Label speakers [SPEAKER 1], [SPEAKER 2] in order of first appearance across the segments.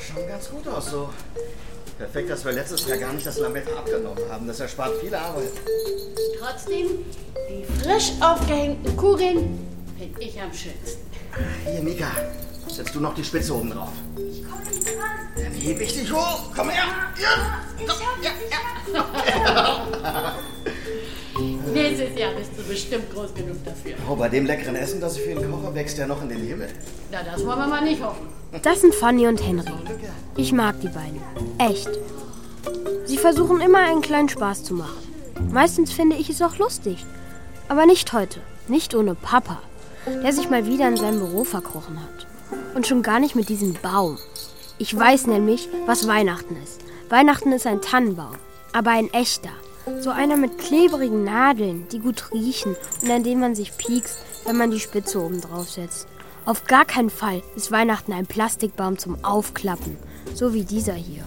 [SPEAKER 1] schon ganz gut aus so. Perfekt, dass wir letztes Jahr gar nicht das Lametta abgenommen haben. Das erspart viel Arbeit.
[SPEAKER 2] Trotzdem, die frisch aufgehängten Kugeln finde ich am schönsten.
[SPEAKER 1] Hier, Mika, setzt du noch die Spitze oben drauf.
[SPEAKER 3] Ich komme nicht dran.
[SPEAKER 1] Dann heb ich dich hoch. Komm her. Ja.
[SPEAKER 3] Ich schaff es, ich schaff es.
[SPEAKER 2] Nächstes Jahr bist du bestimmt groß genug dafür.
[SPEAKER 1] Oh, bei dem leckeren Essen, das ich für ihn koche, wächst er noch in den Himmel.
[SPEAKER 2] Na, das wollen wir mal nicht hoffen.
[SPEAKER 4] Das sind Fanny und Henry. Ich mag die beiden. Echt. Sie versuchen immer einen kleinen Spaß zu machen. Meistens finde ich es auch lustig. Aber nicht heute. Nicht ohne Papa, der sich mal wieder in seinem Büro verkrochen hat. Und schon gar nicht mit diesem Baum. Ich weiß nämlich, was Weihnachten ist. Weihnachten ist ein Tannenbaum. Aber ein echter. So einer mit klebrigen Nadeln, die gut riechen und an denen man sich piekst, wenn man die Spitze oben drauf setzt. Auf gar keinen Fall ist Weihnachten ein Plastikbaum zum Aufklappen. So wie dieser hier.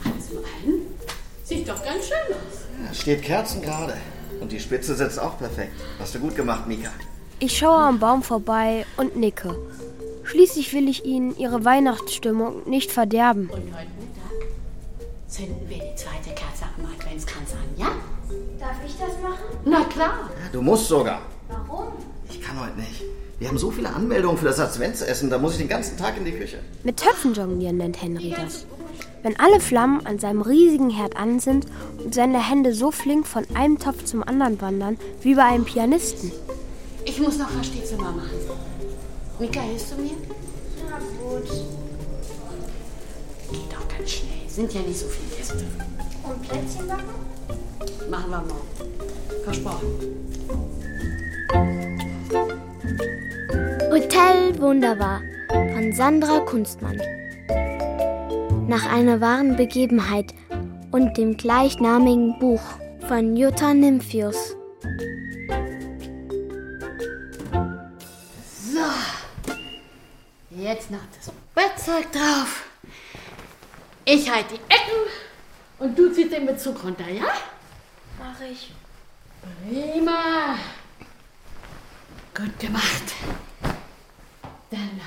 [SPEAKER 2] Sieht doch ganz schön aus.
[SPEAKER 1] Ja, steht kerzengerade. Und die Spitze sitzt auch perfekt. Hast du gut gemacht, Mika.
[SPEAKER 4] Ich schaue am Baum vorbei und nicke. Schließlich will ich ihnen ihre Weihnachtsstimmung nicht verderben.
[SPEAKER 2] Und heute Mittag zünden wir die zweite Kerze am Adventskranz an, ja?
[SPEAKER 3] Darf ich das machen?
[SPEAKER 2] Na klar.
[SPEAKER 1] Ja, du musst sogar.
[SPEAKER 3] Warum?
[SPEAKER 1] Ich kann heute nicht. Wir haben so viele Anmeldungen für das Adventsessen, da muss ich den ganzen Tag in die Küche.
[SPEAKER 4] Mit Töpfen jonglieren nennt Henry das. Wenn alle Flammen an seinem riesigen Herd an sind und seine Hände so flink von einem Topf zum anderen wandern, wie bei einem Pianisten.
[SPEAKER 2] Ich muss noch was Stehzimmer machen. Mika, hilfst du mir?
[SPEAKER 3] Na gut.
[SPEAKER 2] Geht doch ganz schnell. Sind ja nicht so viele Gäste.
[SPEAKER 3] Und Plätzchen backen?
[SPEAKER 2] Machen wir morgen. Versprochen.
[SPEAKER 5] Hotel Wunderbar von Sandra Kunstmann. Nach einer wahren Begebenheit und dem gleichnamigen Buch von Jutta Nymphius.
[SPEAKER 2] Jetzt noch das Bettzeug drauf. Ich halte die Ecken und du ziehst den Bezug runter, ja?
[SPEAKER 3] Mach ich.
[SPEAKER 2] Prima. Gut gemacht. Dann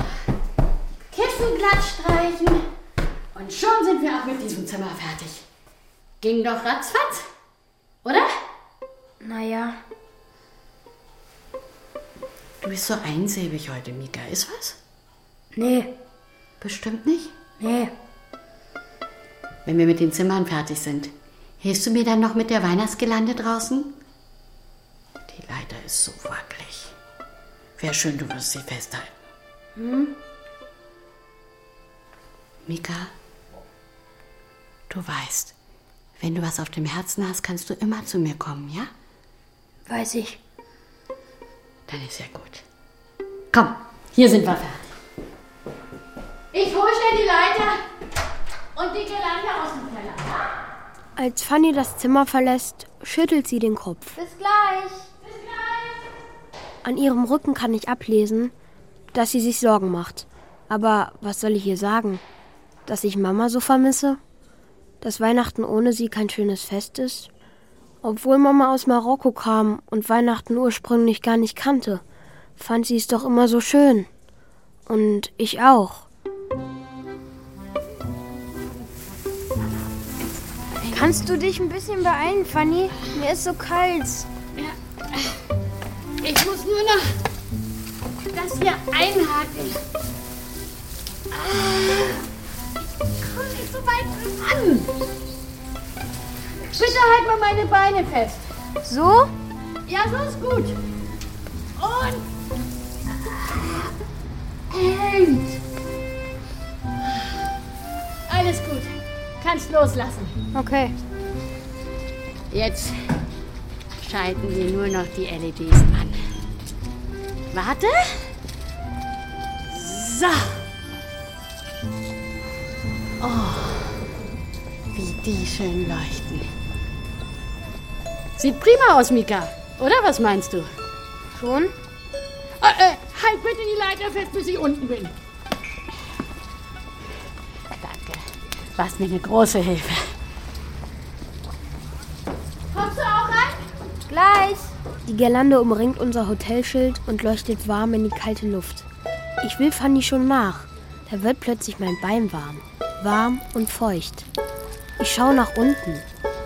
[SPEAKER 2] Kissen glatt streichen und schon sind wir auch mit diesem Zimmer fertig. Ging doch ratzfatz, oder?
[SPEAKER 4] Naja,
[SPEAKER 2] Du bist so einsilbig heute, Mika. Ist was?
[SPEAKER 4] nee,
[SPEAKER 2] Bestimmt nicht.
[SPEAKER 4] nee.
[SPEAKER 2] Wenn wir mit den Zimmern fertig sind, hilfst du mir dann noch mit der Weihnachtsgelande draußen? Die Leiter ist so wackelig. Wäre schön, du würdest sie festhalten. Hm? Mika, du weißt, wenn du was auf dem Herzen hast, kannst du immer zu mir kommen, ja?
[SPEAKER 4] Weiß ich.
[SPEAKER 2] Dann ist ja gut. Komm, hier sind wir fertig. Ich hole schnell die Leiter und die Gelande aus dem Keller.
[SPEAKER 4] Als Fanny das Zimmer verlässt, schüttelt sie den Kopf.
[SPEAKER 3] Bis gleich.
[SPEAKER 4] An ihrem Rücken kann ich ablesen, dass sie sich Sorgen macht. Aber was soll ich ihr sagen? Dass ich Mama so vermisse? Dass Weihnachten ohne sie kein schönes Fest ist? Obwohl Mama aus Marokko kam und Weihnachten ursprünglich gar nicht kannte, fand sie es doch immer so schön. Und ich auch. Kannst du dich ein bisschen beeilen, Fanny? Mir ist so kalt.
[SPEAKER 2] Ich muss nur noch das hier einhaken. Ah, ich komme nicht so weit dran an. Bitte halt mal meine Beine fest.
[SPEAKER 4] So?
[SPEAKER 2] Ja, so ist gut. Und. Hält. Alles gut. Kannst loslassen.
[SPEAKER 4] Okay.
[SPEAKER 2] Jetzt schalten wir nur noch die LEDs an. Warte. So. Oh, wie die schön leuchten. Sieht prima aus, Mika. Oder was meinst du?
[SPEAKER 4] Schon?
[SPEAKER 2] Äh, äh, halt bitte die Leiter fest, bis ich unten bin. Danke. Warst mir eine große Hilfe. Kommst du auch rein?
[SPEAKER 4] Gleich! Die Girlande umringt unser Hotelschild und leuchtet warm in die kalte Luft. Ich will Fanny schon nach. Da wird plötzlich mein Bein warm. warm und feucht. Ich schaue nach unten.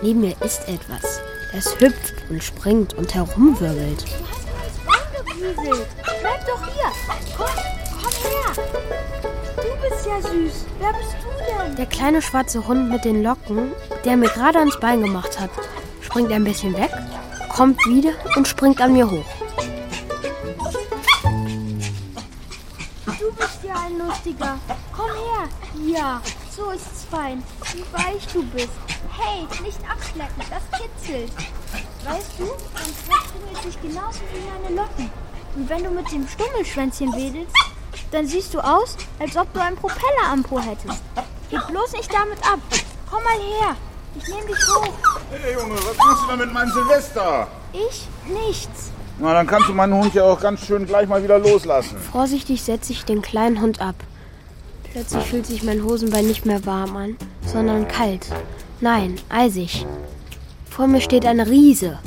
[SPEAKER 4] Neben mir ist etwas. Es hüpft und springt und herumwirbelt.
[SPEAKER 5] Angewieselt. Bleib doch hier. Komm, komm her. Du bist ja süß. Wer bist du denn?
[SPEAKER 4] Der kleine schwarze Hund mit den Locken, der mir gerade ans Bein gemacht hat, springt ein bisschen weg, kommt wieder und springt an mir hoch.
[SPEAKER 5] Du bist ja ein Lustiger. Komm her. Ja, so ist's fein. Wie weich du bist. Hey, nicht abschlecken. Das kitzelt. Weißt du, ein Schwanz tummelt sich genauso wie deine Locken. Und wenn du mit dem Stummelschwänzchen wedelst, dann siehst du aus, als ob du einen Propeller am Po hättest. Gib bloß nicht damit ab. Komm mal her. Ich nehme dich hoch.
[SPEAKER 6] Hey Junge, was machst du denn mit meinem Silvester?
[SPEAKER 5] Ich? Nichts.
[SPEAKER 6] Na, dann kannst du meinen Hund ja auch ganz schön gleich mal wieder loslassen.
[SPEAKER 4] Vorsichtig setze ich den kleinen Hund ab. Plötzlich fühlt sich mein Hosenbein nicht mehr warm an, sondern kalt. Nein, eisig. Vor mir steht ein Riese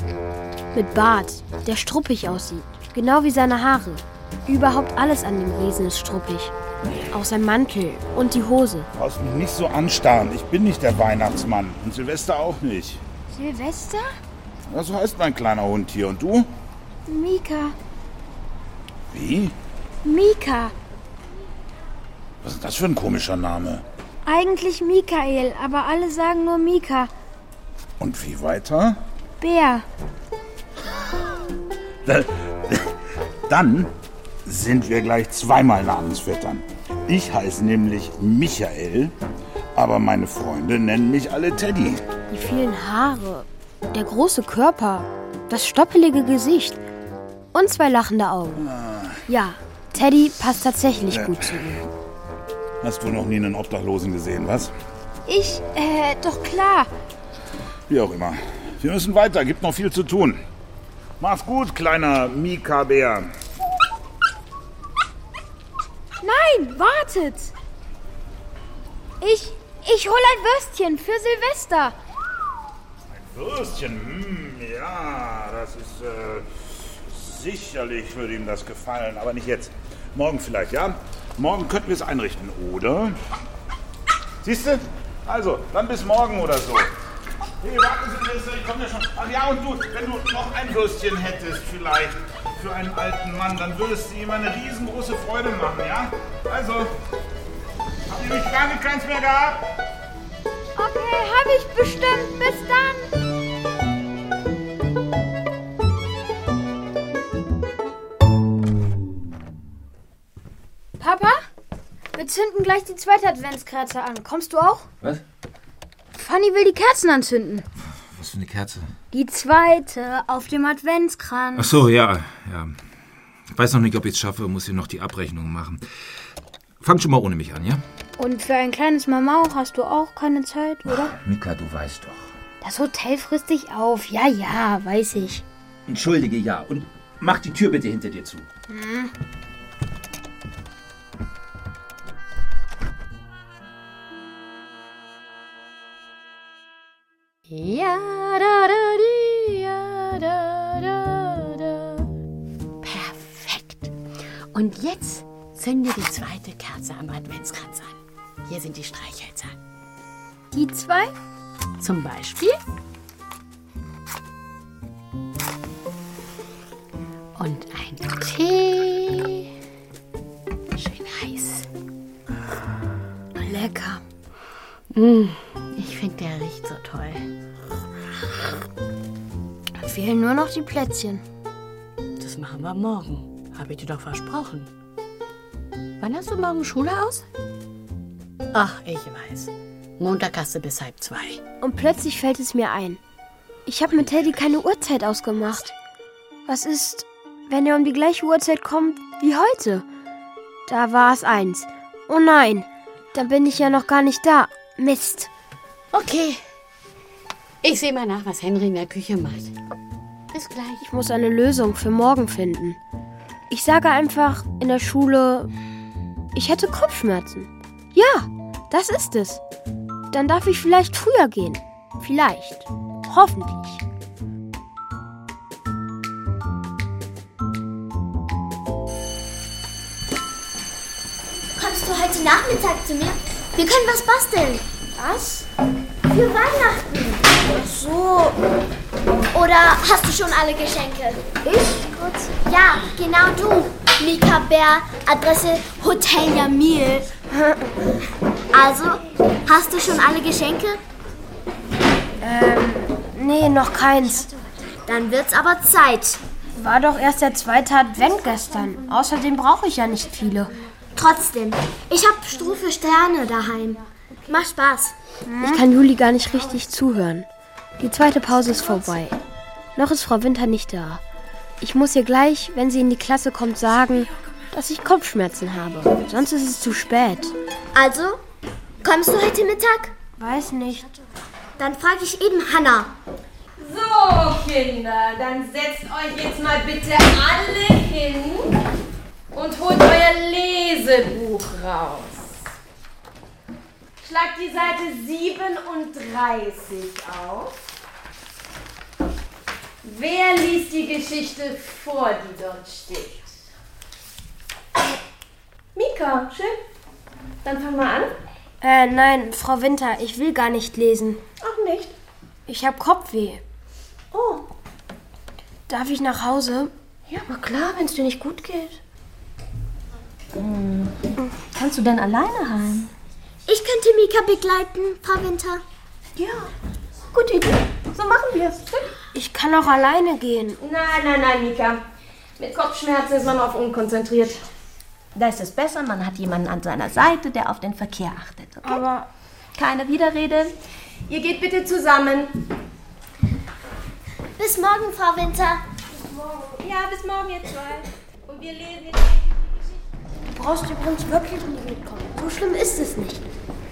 [SPEAKER 4] mit Bart, der struppig aussieht, genau wie seine Haare. Überhaupt alles an dem Riesen ist struppig. Auch sein Mantel und die Hose.
[SPEAKER 6] Du brauchst mich nicht so anstarren. Ich bin nicht der Weihnachtsmann. Und Silvester auch nicht.
[SPEAKER 5] Silvester?
[SPEAKER 6] Ja, so heißt mein kleiner Hund hier. Und du?
[SPEAKER 5] Mika.
[SPEAKER 6] Wie?
[SPEAKER 5] Mika.
[SPEAKER 6] Was ist das für ein komischer Name?
[SPEAKER 5] Eigentlich Michael, aber alle sagen nur Mika.
[SPEAKER 6] Und wie weiter?
[SPEAKER 5] Bär.
[SPEAKER 6] Da- Dann sind wir gleich zweimal Namensvettern. Ich heiße nämlich Michael, aber meine Freunde nennen mich alle Teddy.
[SPEAKER 4] Die vielen Haare, der große Körper, das stoppelige Gesicht und zwei lachende Augen.
[SPEAKER 7] Ah.
[SPEAKER 4] Ja, Teddy passt tatsächlich gut zu ihm.
[SPEAKER 6] Hast du noch nie einen Obdachlosen gesehen, was?
[SPEAKER 5] Ich, äh, doch klar.
[SPEAKER 6] Wie auch immer. Wir müssen weiter, gibt noch viel zu tun. Mach's gut, kleiner Mika-Bär.
[SPEAKER 5] Nein, wartet. Ich, ich hol ein Würstchen für Silvester.
[SPEAKER 6] Würstchen, mm, ja, das ist äh, sicherlich würde ihm das gefallen, aber nicht jetzt. Morgen vielleicht, ja? Morgen könnten wir es einrichten, oder? Siehst du? Also, dann bis morgen oder so. Hey, warten Sie, Mister, ich komme ja schon. Ach ja, und du, wenn du noch ein Würstchen hättest vielleicht für einen alten Mann, dann würdest du ihm eine riesengroße Freude machen, ja? Also, habt ihr nicht gar nicht keins mehr gehabt?
[SPEAKER 5] Okay, hab ich bestimmt. Bis dann.
[SPEAKER 4] Papa?
[SPEAKER 5] Wir zünden gleich die zweite Adventskerze an. Kommst du auch?
[SPEAKER 7] Was?
[SPEAKER 5] Fanny will die Kerzen anzünden.
[SPEAKER 7] Was für eine Kerze?
[SPEAKER 5] Die zweite auf dem Adventskranz.
[SPEAKER 7] Ach so, ja, ja. Ich weiß noch nicht, ob ich es schaffe, muss hier noch die Abrechnung machen. Fang schon mal ohne mich an, ja?
[SPEAKER 5] Und für ein kleines Mamau hast du auch keine Zeit, oder?
[SPEAKER 7] Mika, du weißt doch.
[SPEAKER 5] Das Hotel frisst dich auf. Ja, ja, weiß ich.
[SPEAKER 7] Entschuldige, ja. Und mach die Tür bitte hinter dir zu.
[SPEAKER 2] Ja, da, da, di, ja, da, da, da. Perfekt. Und jetzt zünde die zweite Kerze am Adventskranz an. Hier sind die Streichhölzer.
[SPEAKER 5] Die zwei?
[SPEAKER 2] Zum Beispiel. Und ein Tee. Schön heiß.
[SPEAKER 4] Lecker.
[SPEAKER 2] Ich finde, der riecht so toll.
[SPEAKER 4] Fehlen nur noch die Plätzchen.
[SPEAKER 2] Das machen wir morgen. Habe ich dir doch versprochen. Wann hast du morgen Schule aus? Ach, ich weiß. Montag hast du bis halb zwei.
[SPEAKER 4] Und plötzlich fällt es mir ein. Ich habe mit Teddy keine Uhrzeit ausgemacht. Was ist, wenn er um die gleiche Uhrzeit kommt wie heute? Da war es eins. Oh nein, dann bin ich ja noch gar nicht da. Mist.
[SPEAKER 2] Okay. Ich sehe mal nach, was Henry in der Küche macht. Bis gleich.
[SPEAKER 4] Ich muss eine Lösung für morgen finden. Ich sage einfach in der Schule, ich hätte Kopfschmerzen. Ja, das ist es. Dann darf ich vielleicht früher gehen. Vielleicht. Hoffentlich.
[SPEAKER 3] Kommst du heute Nachmittag zu mir?
[SPEAKER 5] Wir können was basteln.
[SPEAKER 8] Was?
[SPEAKER 5] Für Weihnachten.
[SPEAKER 8] So.
[SPEAKER 5] Oder hast du schon alle Geschenke?
[SPEAKER 8] Ich?
[SPEAKER 5] Gut. Ja, genau du. Mika Bär, Adresse Hotel Jamil. Also, hast du schon alle Geschenke?
[SPEAKER 8] Ähm,
[SPEAKER 4] Nee, noch keins.
[SPEAKER 5] Dann wird's aber Zeit.
[SPEAKER 4] War doch erst der zweite Advent gestern. Außerdem brauche ich ja nicht viele.
[SPEAKER 5] Trotzdem, ich hab Strufe Sterne daheim. Macht Spaß.
[SPEAKER 4] Ich kann Juli gar nicht richtig zuhören. Die zweite Pause ist vorbei. Noch ist Frau Winter nicht da. Ich muss ihr gleich, wenn sie in die Klasse kommt, sagen, dass ich Kopfschmerzen habe. Sonst ist es zu spät.
[SPEAKER 5] Also, kommst du heute Mittag?
[SPEAKER 4] Weiß nicht.
[SPEAKER 5] Dann frage ich eben Hanna.
[SPEAKER 9] So, Kinder, dann setzt euch jetzt mal bitte alle hin und holt euer Lesebuch raus. Schlagt die Seite 37 auf. Wer liest die Geschichte vor, die dort steht? Mika, schön. Dann fangen wir an.
[SPEAKER 4] Äh, nein, Frau Winter, ich will gar nicht lesen.
[SPEAKER 9] Auch nicht.
[SPEAKER 4] Ich habe Kopfweh.
[SPEAKER 9] Oh,
[SPEAKER 4] Darf ich nach Hause?
[SPEAKER 9] Ja, aber klar, wenn es dir nicht gut geht.
[SPEAKER 4] Hm.
[SPEAKER 9] Kannst du denn alleine heim?
[SPEAKER 5] Ich könnte Mika begleiten, Frau Winter.
[SPEAKER 9] Ja, gute Idee. So machen wir es.
[SPEAKER 4] Ich kann auch alleine gehen.
[SPEAKER 9] Nein, nein, nein, Mika. Mit Kopfschmerzen ist man auf unkonzentriert.
[SPEAKER 10] Da ist es besser, man hat jemanden an seiner Seite, der auf den Verkehr achtet. Okay?
[SPEAKER 4] Aber
[SPEAKER 10] Keine Widerrede.
[SPEAKER 9] Ihr geht bitte zusammen.
[SPEAKER 5] Bis morgen, Frau Winter.
[SPEAKER 9] Ja, bis morgen, ihr zwei. Und wir lesen jetzt.
[SPEAKER 4] du brauchst übrigens wirklich nicht mitkommen. So schlimm ist es nicht.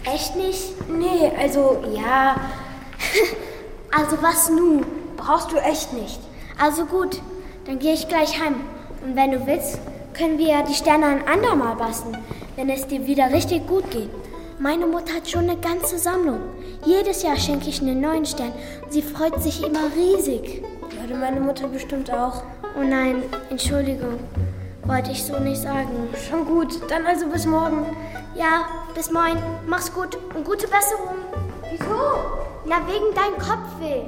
[SPEAKER 5] Echt nicht?
[SPEAKER 4] Nee, also ja,
[SPEAKER 5] Also was nu?
[SPEAKER 4] brauchst du echt nicht.
[SPEAKER 5] Also gut, dann gehe ich gleich heim. Und wenn du willst, können wir ja die Sterne ein andermal basteln, wenn es dir wieder richtig gut geht. Meine Mutter hat schon eine ganze Sammlung. Jedes Jahr schenke ich einen neuen Stern und sie freut sich immer riesig.
[SPEAKER 4] Würde meine Mutter bestimmt auch.
[SPEAKER 5] Oh nein, Entschuldigung. Wollte ich so nicht sagen.
[SPEAKER 4] Schon gut, dann also bis morgen.
[SPEAKER 5] Ja, bis morgen. Mach's gut und gute Besserung. Wieso? Na, wegen deinem Kopfweh.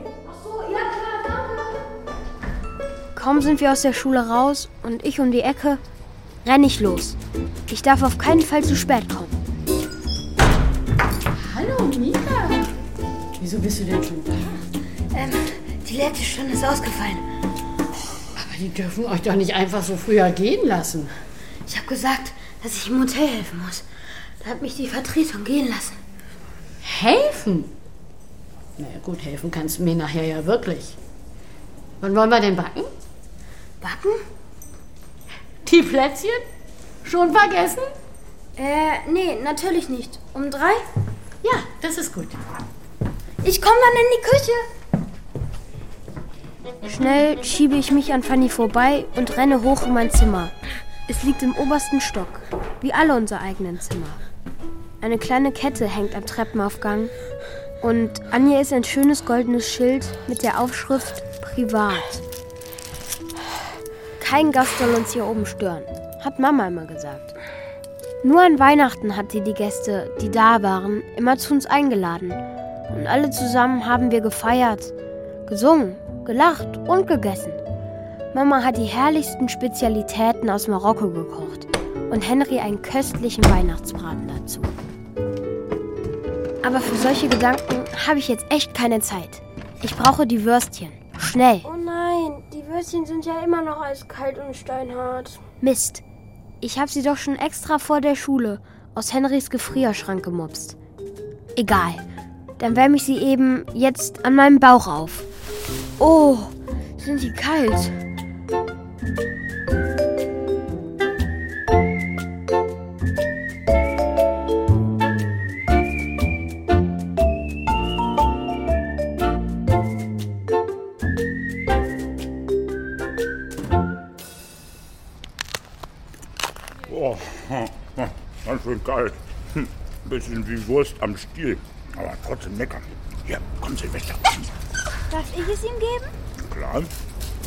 [SPEAKER 4] Kaum sind wir aus der Schule raus und ich um die Ecke, renn ich los. Ich darf auf keinen Fall zu spät kommen.
[SPEAKER 2] Hallo, Mika. Wieso bist du denn schon da?
[SPEAKER 4] Ähm, Die letzte Stunde ist ausgefallen.
[SPEAKER 2] Aber die dürfen euch doch nicht einfach so früher gehen lassen.
[SPEAKER 4] Ich habe gesagt, dass ich im Hotel helfen muss. Da hat mich die Vertretung gehen lassen.
[SPEAKER 2] Helfen? Na ja, gut, helfen kannst du mir nachher ja wirklich. Wann wollen wir denn backen?
[SPEAKER 4] Backen?
[SPEAKER 2] Die Plätzchen? Schon vergessen?
[SPEAKER 4] Äh, nee, natürlich nicht. Um drei?
[SPEAKER 2] Ja, das ist gut.
[SPEAKER 4] Ich komme dann in die Küche. Schnell schiebe ich mich an Fanny vorbei und renne hoch in mein Zimmer. Es liegt im obersten Stock, wie alle unsere eigenen Zimmer. Eine kleine Kette hängt am Treppenaufgang und an ihr ist ein schönes goldenes Schild mit der Aufschrift Privat. Kein Gast soll uns hier oben stören, hat Mama immer gesagt. Nur an Weihnachten hat sie die Gäste, die da waren, immer zu uns eingeladen. Und alle zusammen haben wir gefeiert, gesungen, gelacht und gegessen. Mama hat die herrlichsten Spezialitäten aus Marokko gekocht und Henry einen köstlichen Weihnachtsbraten dazu. Aber für solche Gedanken habe ich jetzt echt keine Zeit. Ich brauche die Würstchen. Schnell.
[SPEAKER 11] Oh nein, die Würstchen sind ja immer noch eiskalt und steinhart.
[SPEAKER 4] Mist. Ich habe sie doch schon extra vor der Schule aus Henrys Gefrierschrank gemopst. Egal. Dann wärme ich sie eben jetzt an meinem Bauch auf. Oh, sind die kalt.
[SPEAKER 6] Oh, ganz schön kalt. Hm, bisschen wie Wurst am Stiel, aber trotzdem lecker. Hier, komm Silvester. Hm.
[SPEAKER 11] Darf ich es ihm geben?
[SPEAKER 6] Klar.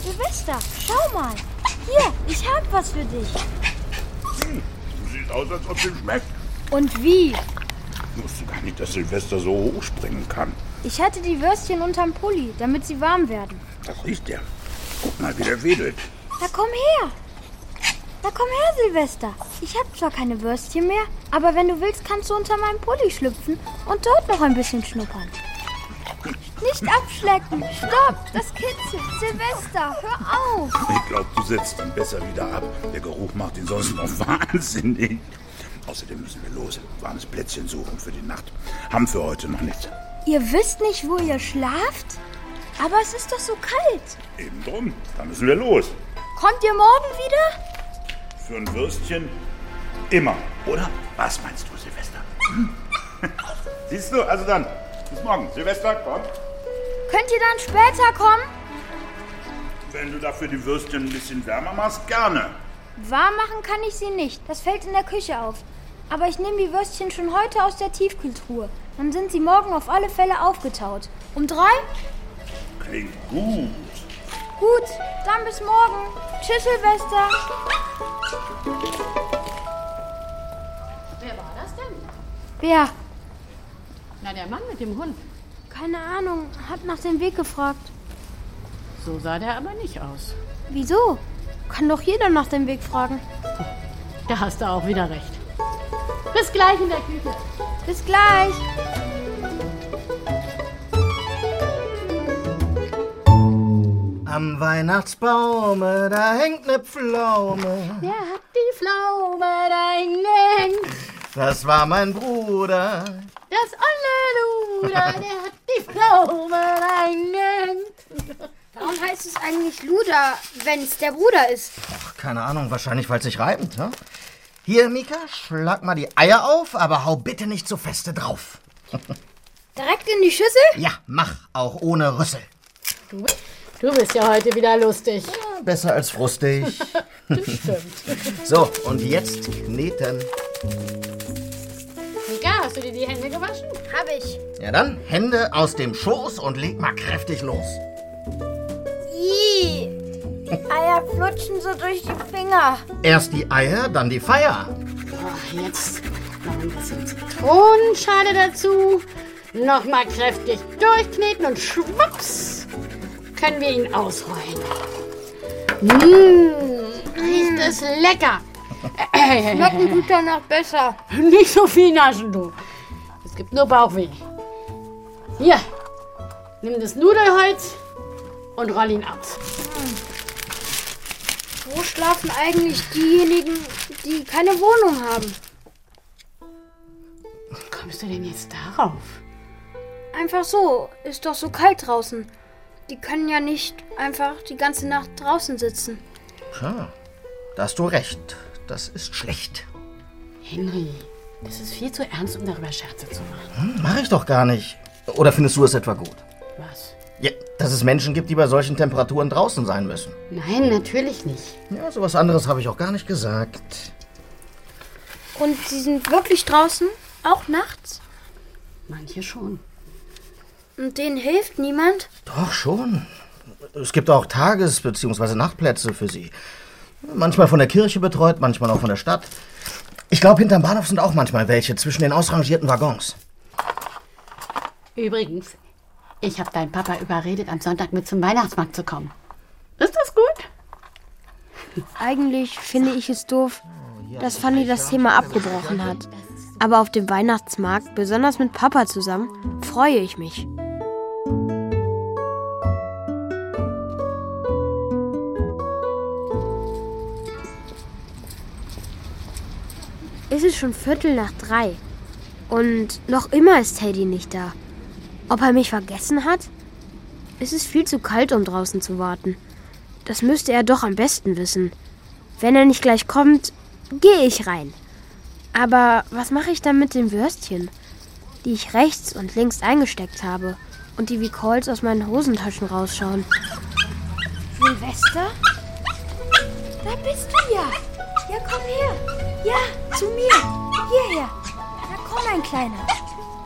[SPEAKER 11] Silvester, schau mal. Hier, ich hab was für dich.
[SPEAKER 6] Sieht aus, als ob sie schmeckt.
[SPEAKER 4] Und wie?
[SPEAKER 6] Ich wusste gar nicht, dass Silvester so hoch springen kann.
[SPEAKER 5] Ich hatte die Würstchen unterm Pulli, damit sie warm werden.
[SPEAKER 6] Das riecht der. Guck mal, wie der wedelt.
[SPEAKER 5] Na komm her! Na komm her, Silvester! Ich hab zwar keine Würstchen mehr, aber wenn du willst, kannst du unter meinen Pulli schlüpfen und dort noch ein bisschen schnuppern. Nicht abschlecken! Stopp! Das kitzelt! Silvester, hör auf!
[SPEAKER 6] Ich glaube, du setzt ihn besser wieder ab. Der Geruch macht ihn sonst noch wahnsinnig. Außerdem müssen wir los. Warmes Plätzchen suchen für die Nacht. Haben für heute noch nichts.
[SPEAKER 5] Ihr wisst nicht, wo ihr schlaft? Aber es ist doch so kalt.
[SPEAKER 6] Eben drum. Dann müssen wir los.
[SPEAKER 5] Kommt ihr morgen wieder?
[SPEAKER 6] Für ein Würstchen immer, oder? Was meinst du, Silvester? Hm? Siehst du? Also dann. Bis morgen. Silvester, komm.
[SPEAKER 5] Könnt ihr dann später kommen?
[SPEAKER 6] Wenn du dafür die Würstchen ein bisschen wärmer machst, gerne.
[SPEAKER 5] Warm machen kann ich sie nicht. Das fällt in der Küche auf. Aber ich nehme die Würstchen schon heute aus der Tiefkühltruhe. Dann sind sie morgen auf alle Fälle aufgetaut. Um drei?
[SPEAKER 6] Klingt gut.
[SPEAKER 5] Gut, dann bis morgen. Tschüss, Silvester.
[SPEAKER 2] Wer war das denn?
[SPEAKER 5] Wer?
[SPEAKER 2] Na, der Mann mit dem Hund.
[SPEAKER 5] Keine Ahnung, hat nach dem Weg gefragt.
[SPEAKER 2] So sah der aber nicht aus.
[SPEAKER 5] Wieso? Kann doch jeder nach dem Weg fragen.
[SPEAKER 2] Da hast du auch wieder recht. Bis gleich in der Küche.
[SPEAKER 5] Bis gleich.
[SPEAKER 1] Am Weihnachtsbaume, da hängt ne Pflaume.
[SPEAKER 2] Der hat die Pflaume reingehängt.
[SPEAKER 1] Das war mein Bruder.
[SPEAKER 2] Das olle Luder, der hat die Pflaume reingehängt.
[SPEAKER 12] Warum heißt es eigentlich Luder, wenn es der Bruder ist?
[SPEAKER 1] Keine Ahnung, wahrscheinlich, weil es sich reimt, ne? Hier, Mika, schlag mal die Eier auf, aber hau bitte nicht zu feste drauf.
[SPEAKER 12] Direkt in die Schüssel?
[SPEAKER 1] Ja, mach, auch ohne Rüssel.
[SPEAKER 2] Du, du bist ja heute wieder lustig.
[SPEAKER 1] Besser als frustig. so, und jetzt kneten.
[SPEAKER 2] Mika, hast du dir die Hände gewaschen?
[SPEAKER 12] Hab ich.
[SPEAKER 1] Ja, dann Hände aus dem Schoß und leg mal kräftig los.
[SPEAKER 12] Ih, die Eier flutschen so durch die Finger.
[SPEAKER 1] Erst die Eier, dann die Feier.
[SPEAKER 2] Ach, Oh, jetzt noch ein bisschen Zitronenschale dazu. Nochmal kräftig durchkneten und schwupps können wir ihn ausrollen. Mmh, Hm. riecht es lecker.
[SPEAKER 5] Schmecken tut danach besser.
[SPEAKER 2] Nicht so viel naschen, du. Es gibt nur Bauchweh. Hier, nimm das Nudelholz und roll ihn aus.
[SPEAKER 5] Wo schlafen eigentlich diejenigen, die keine Wohnung haben?
[SPEAKER 2] Wie kommst du denn jetzt darauf?
[SPEAKER 5] Einfach so. Ist doch so kalt draußen. Die können ja nicht einfach die ganze Nacht draußen sitzen.
[SPEAKER 1] Hm, da hast du recht. Das ist schlecht.
[SPEAKER 2] Henry, das ist viel zu ernst, um darüber Scherze zu machen.
[SPEAKER 1] Hm, mach ich doch gar nicht. Oder findest du es etwa gut?
[SPEAKER 2] Was?
[SPEAKER 1] Ja, dass es Menschen gibt, die bei solchen Temperaturen draußen sein müssen.
[SPEAKER 2] Nein, natürlich nicht.
[SPEAKER 1] Ja, sowas anderes habe ich auch gar nicht gesagt.
[SPEAKER 5] Und sie sind wirklich draußen? Auch nachts?
[SPEAKER 2] Manche schon.
[SPEAKER 5] Und denen hilft niemand?
[SPEAKER 1] Doch schon. Es gibt auch Tages- bzw. Nachtplätze für sie. Manchmal von der Kirche betreut, manchmal auch von der Stadt. Ich glaube, hinterm Bahnhof sind auch manchmal welche zwischen den ausrangierten Waggons.
[SPEAKER 2] Übrigens, ich habe deinen Papa überredet, am Sonntag mit zum Weihnachtsmarkt zu kommen. Ist das gut?
[SPEAKER 4] Eigentlich finde ich es doof, dass Fanny das Thema abgebrochen hat. Aber auf dem Weihnachtsmarkt, besonders mit Papa zusammen, freue ich mich. Es ist schon Viertel nach drei. Und noch immer ist Teddy nicht da. Ob er mich vergessen hat? Es ist viel zu kalt, um draußen zu warten. Das müsste er doch am besten wissen. Wenn er nicht gleich kommt, gehe ich rein. Aber was mache ich dann mit den Würstchen, die ich rechts und links eingesteckt habe und die wie Calls aus meinen Hosentaschen rausschauen?
[SPEAKER 5] Silvester? Da bist du ja. Ja, komm her. Ja, zu mir. Hierher. Na komm, mein Kleiner.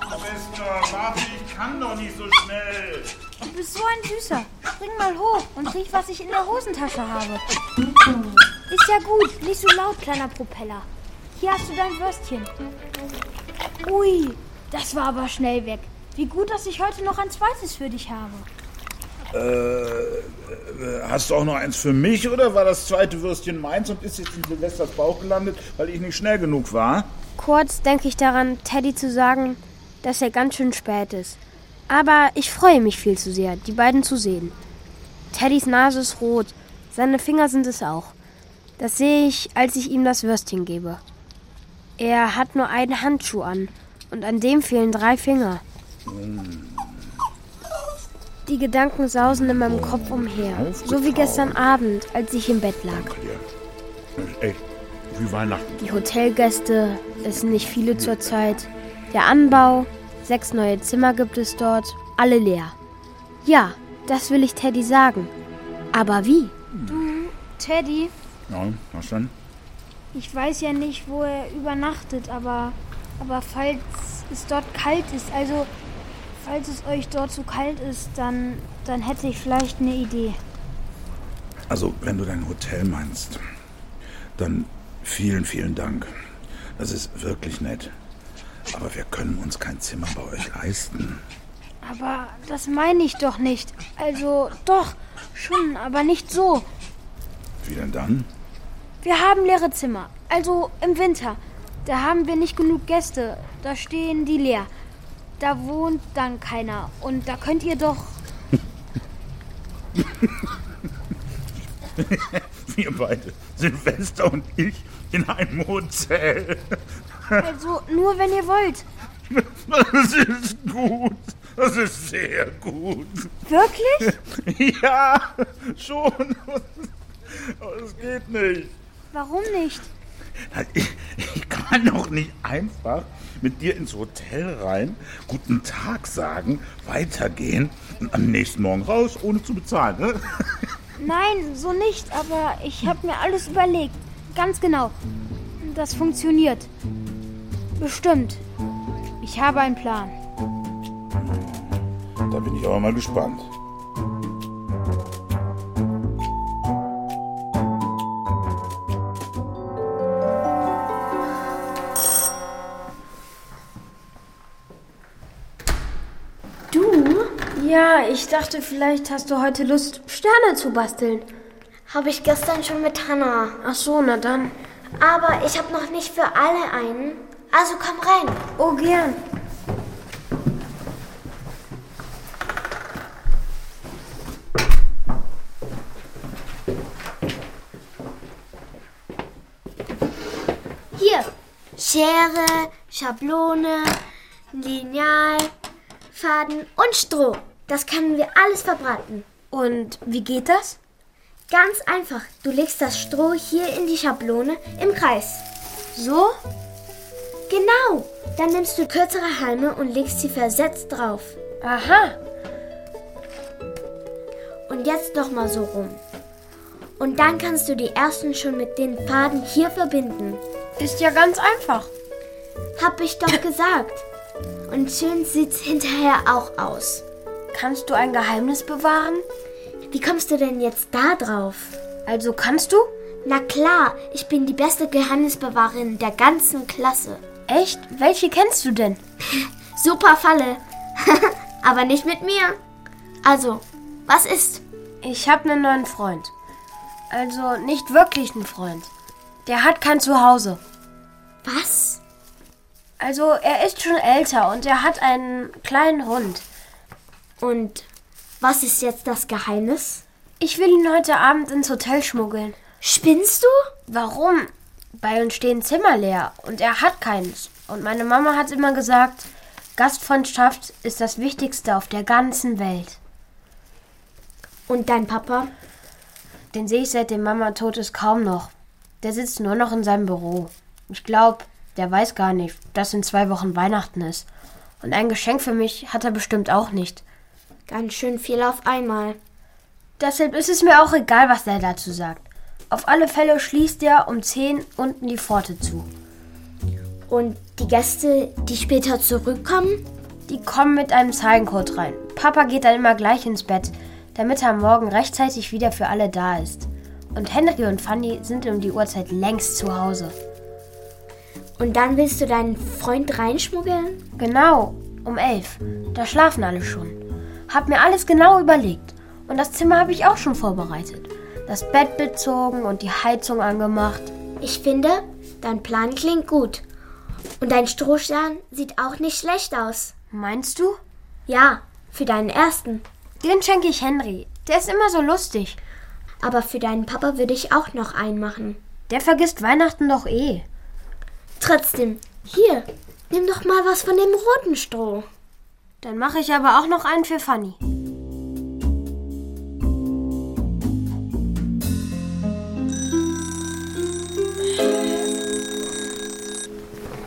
[SPEAKER 6] Silvester, warte, ich kann doch nicht so schnell.
[SPEAKER 5] Du bist so ein Süßer. Spring mal hoch und riech, was ich in der Hosentasche habe. Ist ja gut. Nicht so laut, kleiner Propeller. Hier hast du dein Würstchen. Ui, Das war aber schnell weg. Wie gut, dass ich heute noch ein zweites für dich habe.
[SPEAKER 6] Äh, hast du auch noch eins für mich oder war das zweite Würstchen meins und ist jetzt in Silvesters Bauch gelandet, weil ich nicht schnell genug war?
[SPEAKER 4] Kurz denke ich daran, Teddy zu sagen, dass er ganz schön spät ist. Aber ich freue mich viel zu sehr, die beiden zu sehen. Teddys Nase ist rot, seine Finger sind es auch. Das sehe ich, als ich ihm das Würstchen gebe. Er hat nur einen Handschuh an und an dem fehlen drei Finger. Die Gedanken sausen in meinem Kopf umher, so wie gestern Abend, als ich im Bett lag.
[SPEAKER 6] Das ist echt wie Weihnachten.
[SPEAKER 4] Die Hotelgäste, es sind nicht viele zurzeit. Der Anbau, sechs neue Zimmer gibt es dort, alle leer. Ja, das will ich Teddy sagen. Aber wie?
[SPEAKER 5] Du, Teddy,
[SPEAKER 6] Ja, was denn?
[SPEAKER 5] ich weiß ja nicht, wo er übernachtet, aber, aber falls es dort kalt ist, also falls es euch dort zu kalt ist, dann, dann hätte ich vielleicht eine Idee.
[SPEAKER 6] Also, wenn du dein Hotel meinst, dann vielen, vielen Dank. Das ist wirklich nett. Aber wir können uns kein Zimmer bei euch leisten.
[SPEAKER 5] Aber das meine ich doch nicht. Also doch, schon, aber nicht so.
[SPEAKER 6] Wie denn dann?
[SPEAKER 5] Wir haben leere Zimmer. Also im Winter. Da haben wir nicht genug Gäste. Da stehen die leer. Da wohnt dann keiner. Und da könnt ihr doch.
[SPEAKER 6] wir beide, Silvester und ich, in einem Hotel.
[SPEAKER 5] Also nur wenn ihr wollt.
[SPEAKER 6] Das ist gut. Das ist sehr gut.
[SPEAKER 5] Wirklich?
[SPEAKER 6] Ja, schon. Aber Es geht nicht.
[SPEAKER 5] Warum nicht?
[SPEAKER 6] Ich kann doch nicht einfach mit dir ins Hotel rein, guten Tag sagen, weitergehen und am nächsten Morgen raus, ohne zu bezahlen. Ne?
[SPEAKER 5] Nein, so nicht. Aber ich habe mir alles überlegt. Ganz genau. Das funktioniert. Bestimmt. Ich habe einen Plan.
[SPEAKER 6] Da bin ich aber mal gespannt.
[SPEAKER 4] Du? Ja, ich dachte, vielleicht hast du heute Lust, Sterne zu basteln.
[SPEAKER 3] Habe ich gestern schon mit Hannah.
[SPEAKER 4] Ach so, na dann.
[SPEAKER 3] Aber ich habe noch nicht für alle einen. Also komm rein.
[SPEAKER 4] Oh, gern.
[SPEAKER 3] Hier. Schere, Schablone, Lineal, Faden und Stroh. Das können wir alles verbraten.
[SPEAKER 4] Und wie geht das?
[SPEAKER 3] Ganz einfach. Du legst das Stroh hier in die Schablone im Kreis.
[SPEAKER 4] So?
[SPEAKER 3] Genau. Dann nimmst du kürzere Halme und legst sie versetzt drauf.
[SPEAKER 4] Aha.
[SPEAKER 3] Und jetzt nochmal so rum. Und dann kannst du die ersten schon mit den Faden hier verbinden.
[SPEAKER 4] Ist ja ganz einfach.
[SPEAKER 3] Hab ich doch gesagt. Und schön sieht's hinterher auch aus.
[SPEAKER 4] Kannst du ein Geheimnis bewahren?
[SPEAKER 3] Wie kommst du denn jetzt da drauf?
[SPEAKER 4] Also kannst du?
[SPEAKER 3] Na klar, ich bin die beste Geheimnisbewahrerin der ganzen Klasse.
[SPEAKER 4] Echt? Welche kennst du denn?
[SPEAKER 3] Super Falle. Aber nicht mit mir. Also, was ist?
[SPEAKER 4] Ich habe einen neuen Freund. Also nicht wirklich einen Freund. Der hat kein Zuhause.
[SPEAKER 3] Was?
[SPEAKER 4] Also er ist schon älter und er hat einen kleinen Hund.
[SPEAKER 3] Und was ist jetzt das Geheimnis?
[SPEAKER 4] Ich will ihn heute Abend ins Hotel schmuggeln.
[SPEAKER 3] Spinnst du?
[SPEAKER 4] Warum? Bei uns stehen Zimmer leer und er hat keins. Und meine Mama hat immer gesagt, Gastfreundschaft ist das Wichtigste auf der ganzen Welt.
[SPEAKER 3] Und dein Papa?
[SPEAKER 4] Den sehe ich seitdem Mama tot ist kaum noch. Der sitzt nur noch in seinem Büro. Ich glaube, der weiß gar nicht, dass in zwei Wochen Weihnachten ist. Und ein Geschenk für mich hat er bestimmt auch nicht.
[SPEAKER 3] Ganz schön viel auf einmal.
[SPEAKER 4] Deshalb ist es mir auch egal, was er dazu sagt. Auf alle Fälle schließt er um 10 unten die Pforte zu.
[SPEAKER 3] Und die Gäste, die später zurückkommen?
[SPEAKER 4] Die kommen mit einem Zahlencode rein. Papa geht dann immer gleich ins Bett, damit er am morgen rechtzeitig wieder für alle da ist. Und Henry und Fanny sind um die Uhrzeit längst zu Hause.
[SPEAKER 3] Und dann willst du deinen Freund reinschmuggeln?
[SPEAKER 5] Genau, um elf. Da schlafen alle schon. Hab mir alles genau überlegt. Und das Zimmer habe ich auch schon vorbereitet. Das Bett bezogen und die Heizung angemacht.
[SPEAKER 3] Ich finde, dein Plan klingt gut. Und dein Strohstern sieht auch nicht schlecht aus.
[SPEAKER 5] Meinst du?
[SPEAKER 3] Ja, für deinen ersten.
[SPEAKER 5] Den schenke ich Henry. Der ist immer so lustig.
[SPEAKER 3] Aber für deinen Papa würde ich auch noch einen machen.
[SPEAKER 5] Der vergisst Weihnachten doch eh.
[SPEAKER 3] Trotzdem, hier, nimm doch mal was von dem roten Stroh.
[SPEAKER 5] Dann mache ich aber auch noch einen für Fanny.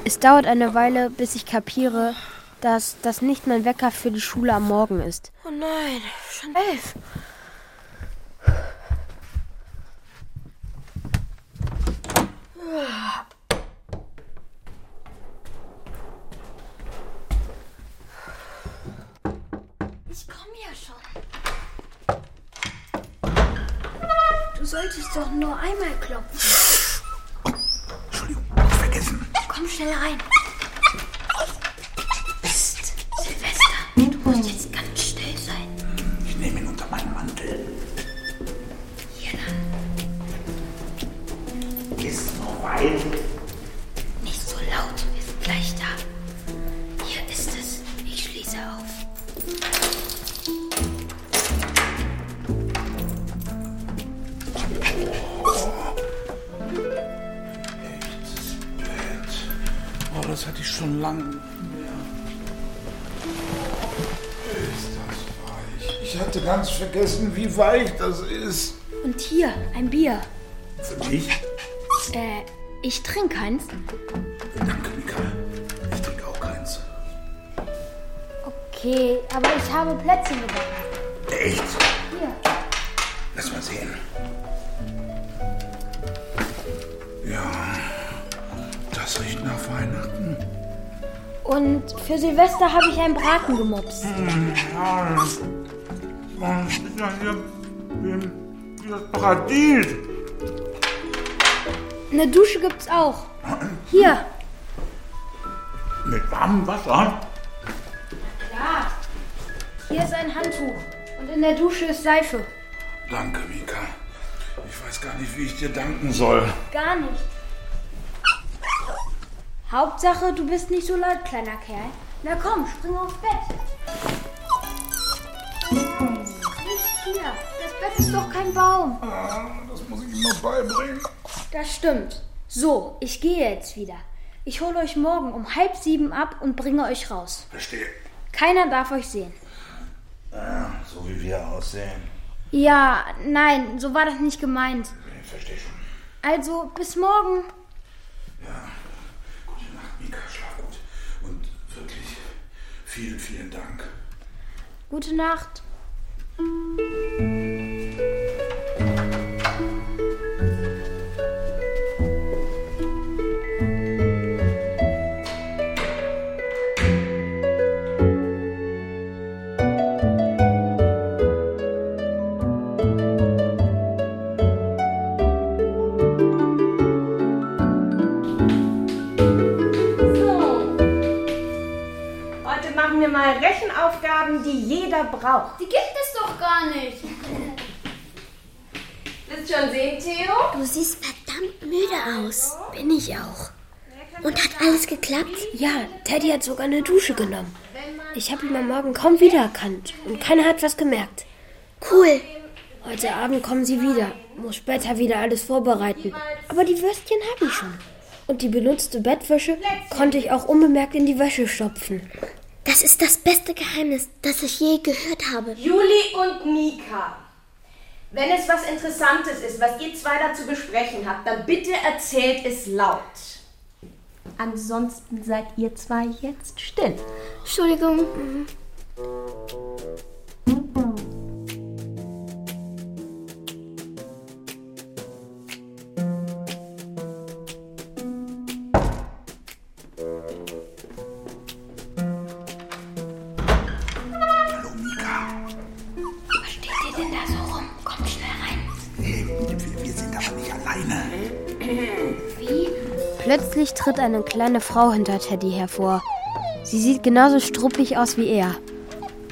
[SPEAKER 5] Es dauert eine Weile, bis ich kapiere, dass das nicht mein Wecker für die Schule am Morgen ist.
[SPEAKER 9] Oh nein, schon elf.
[SPEAKER 13] Ich komme ja schon. Du solltest doch nur einmal klopfen.
[SPEAKER 6] Vergessen.
[SPEAKER 13] Komm schnell rein.
[SPEAKER 9] Psst, Silvester, du musst jetzt ganz still sein.
[SPEAKER 6] Ich nehme ihn unter meinen Mantel. Ist soweit.
[SPEAKER 9] Nicht so laut, wir sind gleich da. Hier ist es. Ich schließe auf.
[SPEAKER 6] Oh, das hatte ich schon lange. Ich hatte ganz vergessen, wie weich das ist.
[SPEAKER 13] Und hier, ein Bier.
[SPEAKER 6] Für dich?
[SPEAKER 13] Äh, ich trinke eins.
[SPEAKER 6] Danke, Mika. Ich trinke auch keins.
[SPEAKER 13] Okay, aber ich habe Plätzchen gebacken.
[SPEAKER 6] Echt?
[SPEAKER 13] Hier.
[SPEAKER 6] Lass mal sehen. Ja, das riecht nach Weihnachten.
[SPEAKER 5] Und für Silvester habe ich einen Braten gemopst.
[SPEAKER 6] Ja, das ist ja hier wie- wie das Paradies.
[SPEAKER 5] Eine Dusche gibt's auch. Hier.
[SPEAKER 6] Mit warmem Wasser?
[SPEAKER 5] Ja. Hier ist ein Handtuch. Und in der Dusche ist Seife.
[SPEAKER 6] Danke, Mika. Ich weiß gar nicht, wie ich dir danken soll.
[SPEAKER 5] Gar nicht. Hauptsache, du bist nicht so laut, kleiner Kerl. Na komm, spring aufs Bett.
[SPEAKER 13] Nicht hier. Das Bett ist doch kein Baum.
[SPEAKER 6] Das muss ich ihm noch beibringen.
[SPEAKER 5] Das stimmt. So, ich gehe jetzt wieder. Ich hole euch morgen um halb sieben ab und bringe euch raus.
[SPEAKER 6] Verstehe.
[SPEAKER 5] Keiner darf euch sehen.
[SPEAKER 6] Ja, so wie wir aussehen.
[SPEAKER 5] Ja, nein, so war das nicht gemeint.
[SPEAKER 6] Ich verstehe schon.
[SPEAKER 5] Also, bis morgen.
[SPEAKER 6] Mika, schlaf gut. Und wirklich, vielen, vielen Dank.
[SPEAKER 5] Gute Nacht.
[SPEAKER 9] So. Heute machen wir mal Rechenaufgaben, die jeder braucht.
[SPEAKER 13] Die gibt es doch gar nicht.
[SPEAKER 9] Willst schon sehen, Theo?
[SPEAKER 3] Du siehst verdammt müde aus. Bin ich auch. Und hat alles geklappt?
[SPEAKER 5] Ja, Teddy hat sogar eine Dusche genommen. Ich habe ihn am Morgen kaum wiedererkannt und keiner hat was gemerkt.
[SPEAKER 3] Cool.
[SPEAKER 5] Heute Abend kommen sie wieder. Muss später wieder alles vorbereiten. Aber die Würstchen habe ich schon. Und die benutzte Bettwäsche konnte ich auch unbemerkt in die Wäsche stopfen.
[SPEAKER 3] Das ist das beste Geheimnis, das ich je gehört habe.
[SPEAKER 9] Juli und Mika. Wenn es was Interessantes ist, was ihr zwei dazu besprechen habt, dann bitte erzählt es laut.
[SPEAKER 2] Ansonsten seid ihr zwei jetzt still.
[SPEAKER 3] Entschuldigung.
[SPEAKER 9] Was steht ihr denn da so rum? Kommt schnell rein.
[SPEAKER 6] Wir, wir sind aber nicht alleine.
[SPEAKER 9] Wie?
[SPEAKER 5] Plötzlich tritt eine kleine Frau hinter Teddy hervor. Sie sieht genauso struppig aus wie er.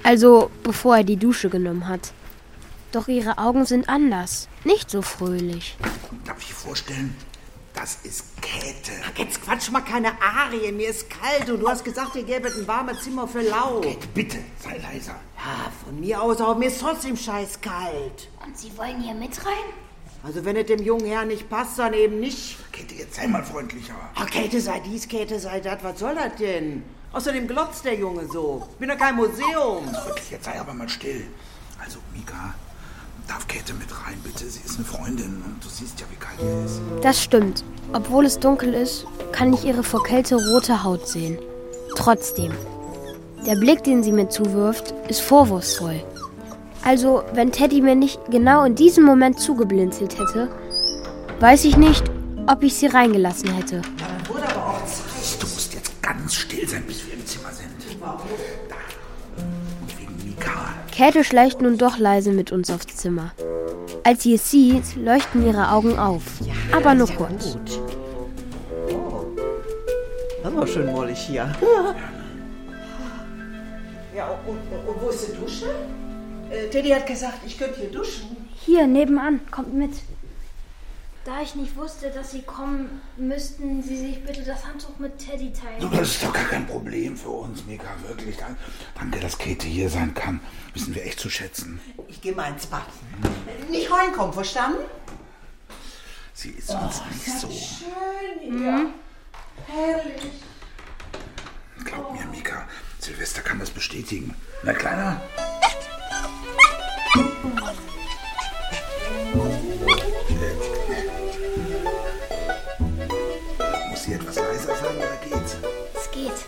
[SPEAKER 5] Also, bevor er die Dusche genommen hat. Doch ihre Augen sind anders, nicht so fröhlich.
[SPEAKER 6] Darf ich vorstellen? Das ist Käthe.
[SPEAKER 14] Jetzt quatsch mal keine Arie, mir ist kalt und du hast gesagt, ihr gäbet ein warmes Zimmer für Lau.
[SPEAKER 6] Bitte, sei leiser.
[SPEAKER 14] Ja, von mir aus, aber mir ist trotzdem scheiß kalt.
[SPEAKER 4] Und Sie wollen hier mit rein?
[SPEAKER 14] Also wenn es dem jungen Herrn nicht passt, dann eben nicht.
[SPEAKER 6] Käthe, jetzt sei mal freundlicher.
[SPEAKER 14] Ach, Käthe sei dies, Käthe sei das, was soll das denn? Außerdem glotzt der Junge so. Ich bin doch kein Museum.
[SPEAKER 6] Wirklich, jetzt sei aber mal still. Also, Mika, darf Käthe mit rein, bitte? Sie ist eine Freundin und du siehst ja, wie kalt ihr ist.
[SPEAKER 5] Das stimmt. Obwohl es dunkel ist, kann ich ihre vor Kälte rote Haut sehen. Trotzdem. Der Blick, den sie mir zuwirft, ist vorwurfsvoll. Also, wenn Teddy mir nicht genau in diesem Moment zugeblinzelt hätte, weiß ich nicht, ob ich sie reingelassen hätte.
[SPEAKER 6] Du musst jetzt ganz still sein, bis wir im Zimmer sind. Da. Und wegen Mika.
[SPEAKER 5] Käthe schleicht nun doch leise mit uns aufs Zimmer. Als sie es sieht, leuchten ihre Augen auf. aber nur kurz.
[SPEAKER 14] Das ist auch schön mollig hier. Ja, und, und, und wo ist die Dusche? Äh, Teddy hat gesagt, ich könnte hier duschen.
[SPEAKER 3] Hier, nebenan, kommt mit. Da ich nicht wusste, dass Sie kommen, müssten Sie sich bitte das Handtuch mit Teddy
[SPEAKER 6] Du,
[SPEAKER 3] teilen.
[SPEAKER 6] das ist doch gar kein Problem für uns, Mika, wirklich. Dan- Danke, dass Käthe hier sein kann. Wissen wir echt zu schätzen.
[SPEAKER 14] Ich gehe mal ins Bad. Nicht reinkommen, verstanden?
[SPEAKER 6] Sie Oh, ist uns nicht so.
[SPEAKER 14] Schön.
[SPEAKER 6] Herrlich. Glaub mir, Mika, Silvester kann das bestätigen. Na, Kleiner? Muss sie etwas leiser sein oder geht's?
[SPEAKER 3] Es geht.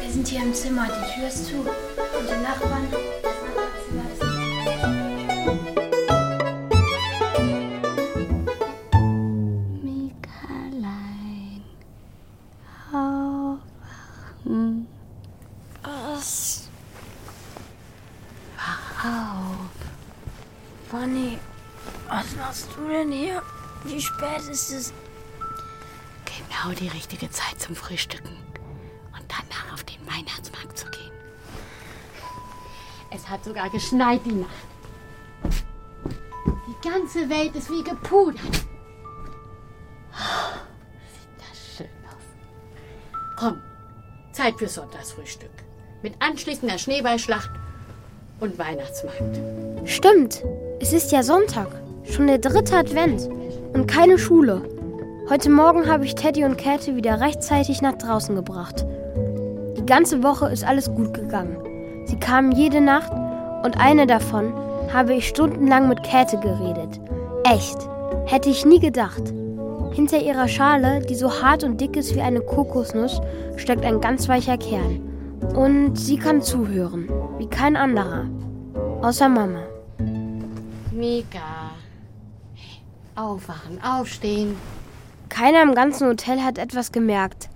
[SPEAKER 3] Wir sind hier im Zimmer, die Tür ist zu. Und die Nachbarn. das Nachbarzimmer ist
[SPEAKER 2] Mikalein, aufwachen.
[SPEAKER 3] Was?
[SPEAKER 2] Wach auf.
[SPEAKER 3] Bonnie, was machst du denn hier? Wie spät ist es?
[SPEAKER 2] Genau die richtige Zeit zum Frühstücken. Und danach auf den Weihnachtsmarkt zu gehen. Es hat sogar geschneit die Nacht. Die ganze Welt ist wie gepudert. Sieht das schön aus. Komm, Zeit für Sonntagsfrühstück. Mit anschließender Schneeballschlacht und Weihnachtsmarkt.
[SPEAKER 5] Stimmt, es ist ja Sonntag. Schon der dritte Advent. Und keine Schule. Heute Morgen habe ich Teddy und Käthe wieder rechtzeitig nach draußen gebracht. Die ganze Woche ist alles gut gegangen. Sie kamen jede Nacht und eine davon habe ich stundenlang mit Käthe geredet. Echt. Hätte ich nie gedacht. Hinter ihrer Schale, die so hart und dick ist wie eine Kokosnuss, steckt ein ganz weicher Kern. Und sie kann zuhören, wie kein anderer. Außer Mama.
[SPEAKER 2] Mika. Aufwachen, aufstehen.
[SPEAKER 5] Keiner im ganzen Hotel hat etwas gemerkt.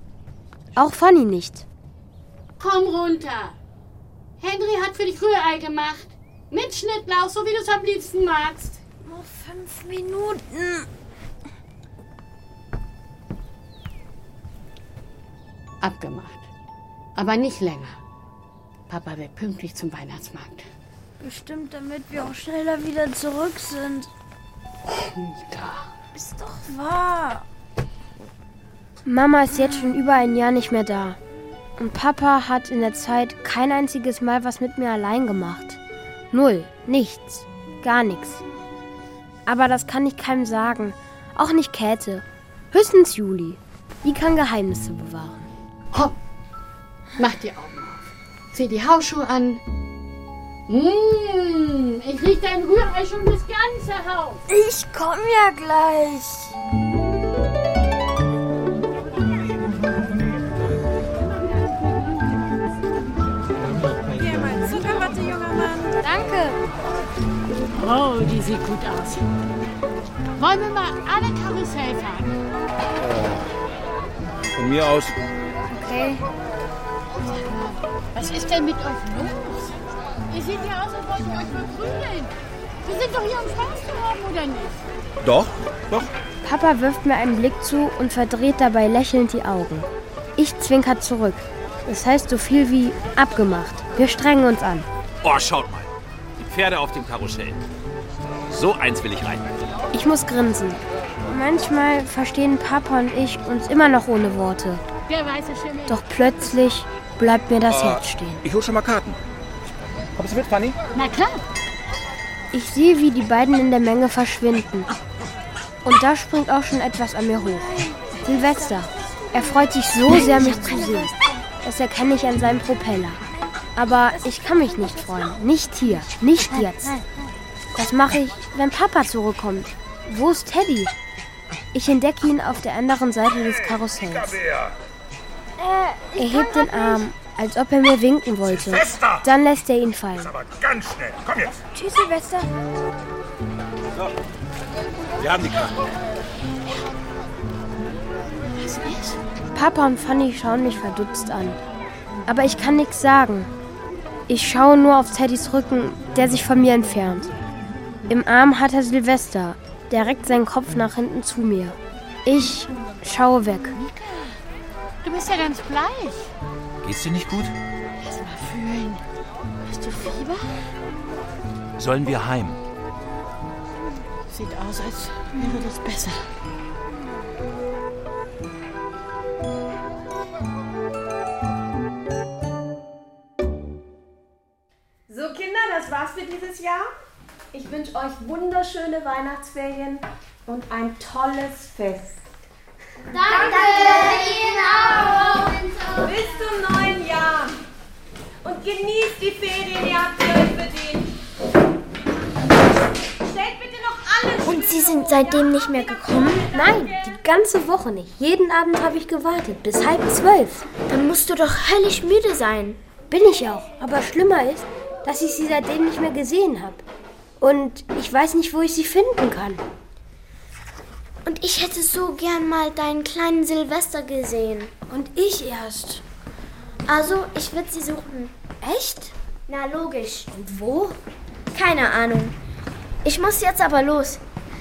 [SPEAKER 5] Auch Fanny nicht.
[SPEAKER 2] Komm runter. Henry hat für dich Rührei gemacht. Mit Schnittlauch, so wie du es am liebsten magst.
[SPEAKER 3] Nur fünf Minuten.
[SPEAKER 2] Abgemacht. Aber nicht länger. Papa wird pünktlich zum Weihnachtsmarkt.
[SPEAKER 3] Bestimmt, damit wir auch schneller wieder zurück sind.
[SPEAKER 2] Mika.
[SPEAKER 3] Ist doch wahr.
[SPEAKER 5] Mama ist jetzt schon über ein Jahr nicht mehr da. Und Papa hat in der Zeit kein einziges Mal was mit mir allein gemacht. Null, nichts, gar nichts. Aber das kann ich keinem sagen. Auch nicht Käthe. Höchstens Juli. Die kann Geheimnisse bewahren.
[SPEAKER 2] Hopp. Mach die Augen auf. Zieh die Hausschuhe an. Mmh, ich riech dein Rührei schon das ganze Haus.
[SPEAKER 3] Ich komm ja gleich.
[SPEAKER 15] Hier mal Zuckerwatte, junger Mann.
[SPEAKER 5] Danke.
[SPEAKER 2] Oh, die sieht gut aus. Wollen wir mal alle Karussell fahren?
[SPEAKER 16] Von mir aus.
[SPEAKER 2] Okay. Was ist denn mit euch los? Ihr seht ja aus, als wollt ihr euch verprügeln.
[SPEAKER 4] Wir sind doch hier, um Spaß zu haben, oder nicht?
[SPEAKER 17] Doch, doch.
[SPEAKER 5] Papa wirft mir einen Blick zu und verdreht dabei lächelnd die Augen. Ich zwinker zurück. Das heißt so viel wie abgemacht. Wir strengen uns an.
[SPEAKER 14] Oh, schaut mal. Die Pferde auf dem Karussell. So eins will ich reiten.
[SPEAKER 5] Ich muss grinsen. Manchmal verstehen Papa und ich uns immer noch ohne Worte.
[SPEAKER 4] Der weiße Schimmel.
[SPEAKER 5] Doch plötzlich bleibt mir das
[SPEAKER 14] Oh.
[SPEAKER 17] Äh,
[SPEAKER 5] Herz stehen.
[SPEAKER 17] Ich hol schon mal Karten. Kommst du mit, Fanny?
[SPEAKER 5] Na klar. Ich sehe, wie die beiden in der Menge verschwinden. Und da springt auch schon etwas an mir hoch. Silvester. Er freut sich so sehr, mich zu sehen. Das erkenne ich an seinem Propeller. Aber ich kann mich nicht freuen. Nicht hier. Nicht jetzt. Das mache ich, wenn Papa zurückkommt. Wo ist Teddy? Ich entdecke ihn auf der anderen Seite des Karussells.
[SPEAKER 4] Äh,
[SPEAKER 5] Er hebt den Arm, als ob er mir winken wollte.
[SPEAKER 6] Silvester!
[SPEAKER 5] Dann lässt er ihn fallen.
[SPEAKER 6] Ganz schnell. Komm jetzt.
[SPEAKER 5] Tschüss, Silvester.
[SPEAKER 6] So. Wir haben die Karten.
[SPEAKER 5] Papa und Fanny schauen mich verdutzt an. Aber ich kann nichts sagen. Ich schaue nur auf Teddys Rücken, der sich von mir entfernt. Im Arm hat er Silvester. Der reckt seinen Kopf nach hinten zu mir. Ich schaue weg.
[SPEAKER 4] du bist ja ganz bleich.
[SPEAKER 14] Geht's dir nicht gut?
[SPEAKER 4] Lass mal fühlen. Hast du Fieber?
[SPEAKER 14] Sollen wir heim?
[SPEAKER 18] Sieht aus, als wäre das besser.
[SPEAKER 9] So, Kinder, das war's für dieses Jahr. Ich wünsche euch wunderschöne Weihnachtsferien und ein tolles Fest. Bis zum neuen Jahr. Und genießt die Ferien, ihr habt sie euch verdient. Stellt bitte noch alles.
[SPEAKER 3] Und Sie sind seitdem nicht mehr gekommen? Nein, die ganze Woche nicht. Jeden Abend habe ich gewartet, bis halb zwölf. Dann musst du doch höllisch müde sein.
[SPEAKER 5] Bin ich auch. Aber schlimmer ist, dass ich sie seitdem nicht mehr gesehen habe. Und ich weiß nicht, wo ich sie finden kann.
[SPEAKER 3] Und ich hätte so gern mal deinen kleinen Silvester gesehen. Und ich erst. Also, ich würde sie suchen. Echt? Na, logisch. Und wo? Keine Ahnung. Ich muss jetzt aber los.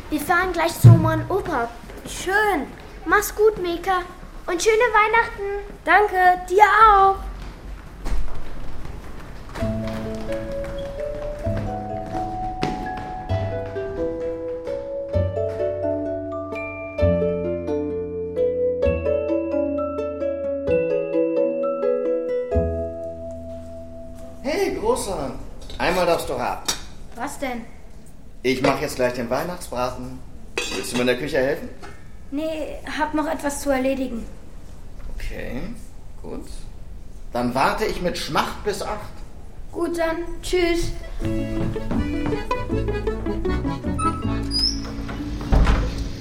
[SPEAKER 3] Wir fahren gleich zu Oma und Opa. Schön. Mach's gut, Mika. Und schöne Weihnachten. Danke, dir auch.
[SPEAKER 1] Hey, Großer. Einmal darfst du haben.
[SPEAKER 19] Was denn?
[SPEAKER 1] Ich mache jetzt gleich den Weihnachtsbraten. Willst du mir in der Küche helfen?
[SPEAKER 20] Nee, hab noch etwas zu erledigen.
[SPEAKER 1] Okay, gut. Dann warte ich mit Schmacht bis acht.
[SPEAKER 20] Gut, dann tschüss.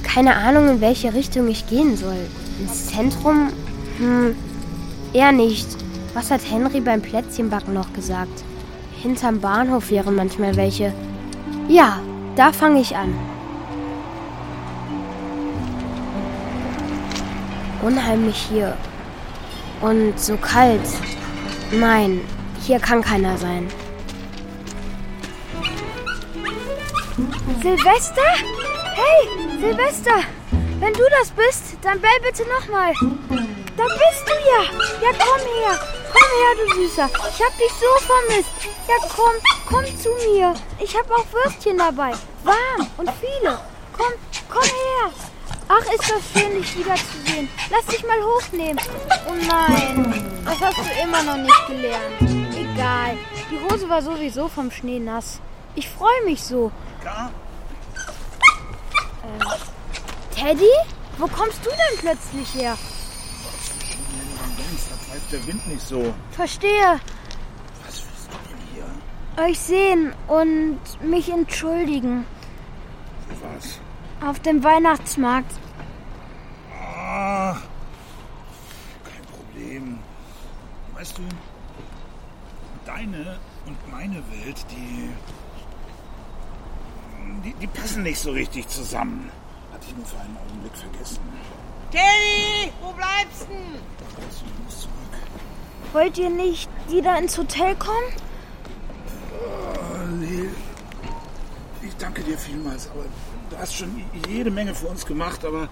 [SPEAKER 5] Keine Ahnung, in welche Richtung ich gehen soll. Ins Zentrum? Hm, eher nicht. Was hat Henry beim Plätzchenbacken noch gesagt? Hinterm Bahnhof wären manchmal welche. Ja, da fange ich an. Unheimlich hier. Und so kalt. Nein, hier kann keiner sein.
[SPEAKER 4] Silvester? Hey, Silvester! Wenn du das bist, dann bell bitte nochmal. Da bist du ja! Ja, komm her! Komm her, du Süßer! Ich hab dich so vermisst! Ja, komm, komm zu mir! Ich hab auch Würstchen dabei. Warm und viele. Komm, komm her! Ach, ist das schön, dich wiederzusehen. Lass dich mal hochnehmen. Oh nein, das hast du immer noch nicht gelernt. Egal, die Hose war sowieso vom Schnee nass. Ich freue mich so. Teddy? Wo kommst du denn plötzlich her?
[SPEAKER 6] Da pfeift der Wind nicht so.
[SPEAKER 5] Verstehe.
[SPEAKER 6] Was willst du denn hier?
[SPEAKER 5] Euch sehen und mich entschuldigen.
[SPEAKER 6] Was?
[SPEAKER 5] Auf dem Weihnachtsmarkt.
[SPEAKER 6] Ah, kein Problem. Weißt du, deine und meine Welt, die, die. Die passen nicht so richtig zusammen. Hatte ich nur für einen Augenblick vergessen.
[SPEAKER 21] Teddy, wo bleibst denn?
[SPEAKER 6] Also, ich muss zurück.
[SPEAKER 5] Wollt ihr nicht wieder ins Hotel kommen?
[SPEAKER 6] Oh, nee. Ich danke dir vielmals, aber du hast schon jede Menge für uns gemacht, aber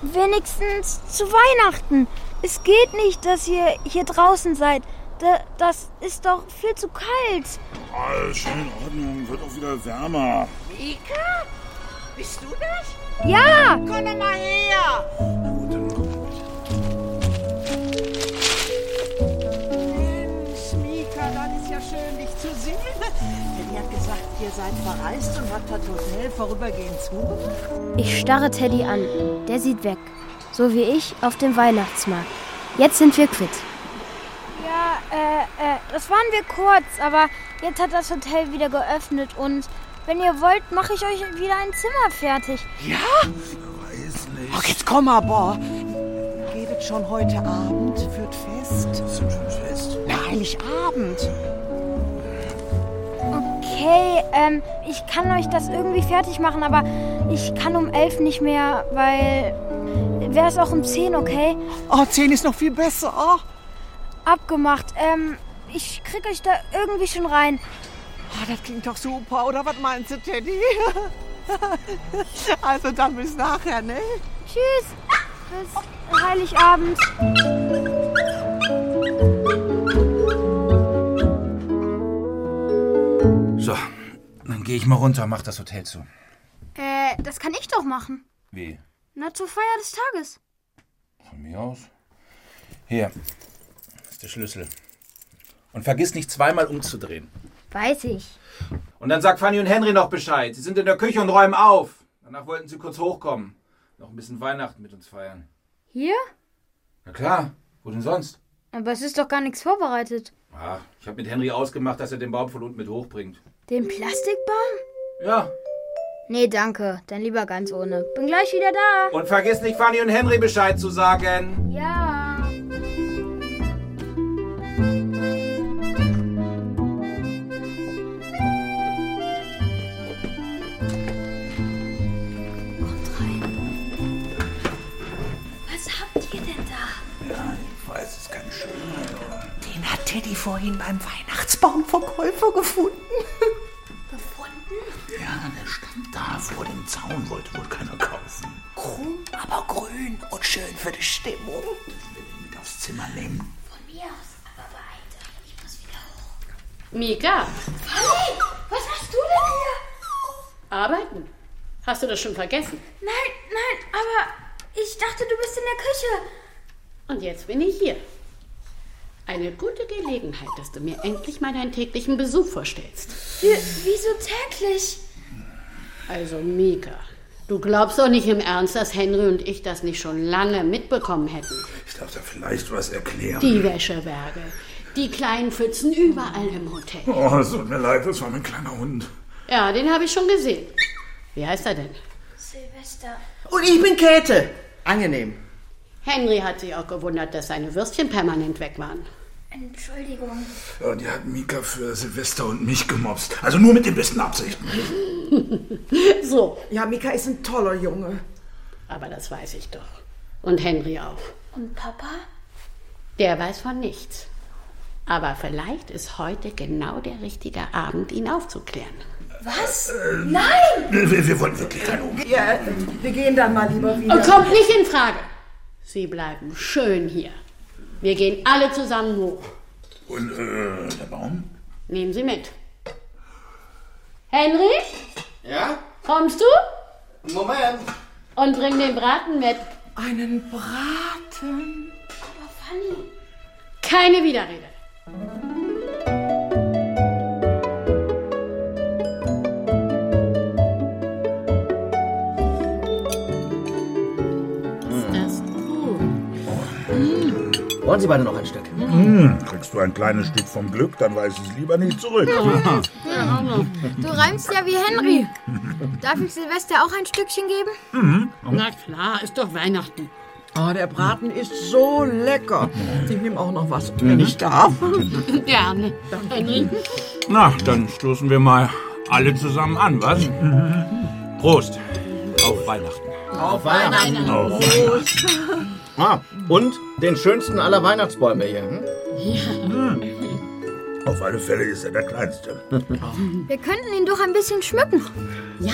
[SPEAKER 5] Wenigstens zu Weihnachten. Es geht nicht, dass ihr hier draußen seid. Da, das ist doch viel zu kalt.
[SPEAKER 6] alles schon in Ordnung, wird auch wieder wärmer.
[SPEAKER 22] Mika? Bist du das?
[SPEAKER 5] Ja!
[SPEAKER 22] Komm doch mal her!
[SPEAKER 14] Mensch, Mika, dann ist ja schön, dich zu sehen. Teddy hat gesagt, ihr seid verreist und hat das Hotel vorübergehend zugemacht.
[SPEAKER 4] Ich starre Teddy an. Der sieht weg. So wie ich auf dem Weihnachtsmarkt. Jetzt sind wir quitt.
[SPEAKER 5] Ja, äh, äh, das waren wir kurz, aber jetzt hat das Hotel wieder geöffnet und wenn ihr wollt, mache ich euch wieder ein Zimmer fertig.
[SPEAKER 14] Ja? Ach, jetzt komm mal, boah. Redet schon heute Abend, wird fest. Sind schon fest? Na, Heiligabend.
[SPEAKER 5] Okay, ähm, ich kann euch das irgendwie fertig machen, aber ich kann um elf nicht mehr, weil wäre es auch um zehn, okay?
[SPEAKER 14] Oh, 10 ist noch viel besser. Oh.
[SPEAKER 5] Abgemacht. Ähm, ich krieg euch da irgendwie schon rein.
[SPEAKER 14] Oh, das klingt doch super, oder was meinst du, Teddy? also dann bis nachher, ne?
[SPEAKER 5] Tschüss. Bis Heiligabend.
[SPEAKER 7] So, dann gehe ich mal runter, mach das Hotel zu.
[SPEAKER 12] Äh, das kann ich doch machen.
[SPEAKER 7] Wie?
[SPEAKER 12] Na, zur Feier des Tages.
[SPEAKER 7] Von mir aus? Hier ist der Schlüssel. Und vergiss nicht zweimal umzudrehen.
[SPEAKER 23] Weiß ich.
[SPEAKER 7] Und dann sagt Fanny und Henry noch Bescheid. Sie sind in der Küche und räumen auf. Danach wollten sie kurz hochkommen. Noch ein bisschen Weihnachten mit uns feiern.
[SPEAKER 12] Hier?
[SPEAKER 7] Na klar, wo denn sonst?
[SPEAKER 12] Aber es ist doch gar nichts vorbereitet.
[SPEAKER 7] Ah, ich habe mit Henry ausgemacht, dass er den Baum von unten mit hochbringt.
[SPEAKER 12] Den Plastikbaum?
[SPEAKER 7] Ja.
[SPEAKER 12] Nee, danke. Dann lieber ganz ohne. Bin gleich wieder da.
[SPEAKER 7] Und vergiss nicht, Fanny und Henry Bescheid zu sagen.
[SPEAKER 12] Ja.
[SPEAKER 23] Was habt ihr denn da?
[SPEAKER 24] Ich weiß, es ist keine Schönheit.
[SPEAKER 14] Den hat Teddy vorhin beim Weihnachtsbaumverkäufer gefunden.
[SPEAKER 24] Ja, der stand da vor dem Zaun, wollte wohl keiner kaufen.
[SPEAKER 14] Krumm, aber grün und schön für die Stimmung.
[SPEAKER 24] Mit aufs Zimmer nehmen.
[SPEAKER 23] Von mir aus, aber beeil dich. Ich muss wieder hoch.
[SPEAKER 2] Mika,
[SPEAKER 23] Fanny, was machst du denn hier?
[SPEAKER 2] arbeiten. Hast du das schon vergessen?
[SPEAKER 3] Nein, nein, aber ich dachte, du bist in der Küche.
[SPEAKER 2] Und jetzt bin ich hier. Eine gute Gelegenheit, dass du mir endlich mal deinen täglichen Besuch vorstellst.
[SPEAKER 3] Wie, wieso täglich?
[SPEAKER 2] Also, Mika, du glaubst doch nicht im Ernst, dass Henry und ich das nicht schon lange mitbekommen hätten.
[SPEAKER 24] Ich darf da vielleicht was erklären.
[SPEAKER 2] Die Wäscheberge, die kleinen Pfützen überall im Hotel.
[SPEAKER 24] Oh, es tut mir leid, das war mein kleiner Hund.
[SPEAKER 2] Ja, den habe ich schon gesehen. Wie heißt er denn?
[SPEAKER 3] Silvester.
[SPEAKER 14] Und ich bin Käthe. Angenehm.
[SPEAKER 2] Henry hat sich auch gewundert, dass seine Würstchen permanent weg waren.
[SPEAKER 3] Entschuldigung.
[SPEAKER 24] Ja, die hat Mika für Silvester und mich gemobst. Also nur mit den besten Absichten.
[SPEAKER 2] So,
[SPEAKER 14] Ja, Mika ist ein toller Junge.
[SPEAKER 2] aber das weiß ich doch. Und Henry auch.
[SPEAKER 3] Und Papa?
[SPEAKER 2] Der weiß von nichts. Aber vielleicht ist heute genau der richtige Abend, ihn aufzuklären.
[SPEAKER 3] Was? Nein!
[SPEAKER 24] Wir, wir wollen wirklich keine Umstände.
[SPEAKER 14] Ja, wir gehen dann mal lieber wieder.
[SPEAKER 2] Und kommt nicht in Frage. Sie bleiben schön hier. Wir gehen alle zusammen hoch.
[SPEAKER 24] Und äh, der Baum?
[SPEAKER 2] Nehmen Sie mit. Henry,
[SPEAKER 25] Ja?
[SPEAKER 2] kommst du?
[SPEAKER 25] Moment.
[SPEAKER 2] Und bring den Braten mit.
[SPEAKER 14] Einen Braten.
[SPEAKER 2] Keine Widerrede.
[SPEAKER 1] Wollen Sie beide noch ein Stück?
[SPEAKER 6] Hm, kriegst du ein kleines Stück vom Glück, dann weiß ich es lieber nicht zurück.
[SPEAKER 12] Du reimst ja wie Henry. Darf ich Silvester auch ein Stückchen geben?
[SPEAKER 2] Na klar, ist doch Weihnachten.
[SPEAKER 14] Oh, der Braten ist so lecker. Ich nehme auch noch was, wenn ich darf.
[SPEAKER 2] Gerne. Henry,
[SPEAKER 7] Na, dann stoßen wir mal alle zusammen an, was? Prost. Auf Weihnachten.
[SPEAKER 1] Auf Weihnachten. Ah, und den schönsten aller Weihnachtsbäume hier. Hm?
[SPEAKER 24] Auf alle Fälle ist er der Kleinste.
[SPEAKER 12] Wir könnten ihn doch ein bisschen schmücken.
[SPEAKER 2] Ja,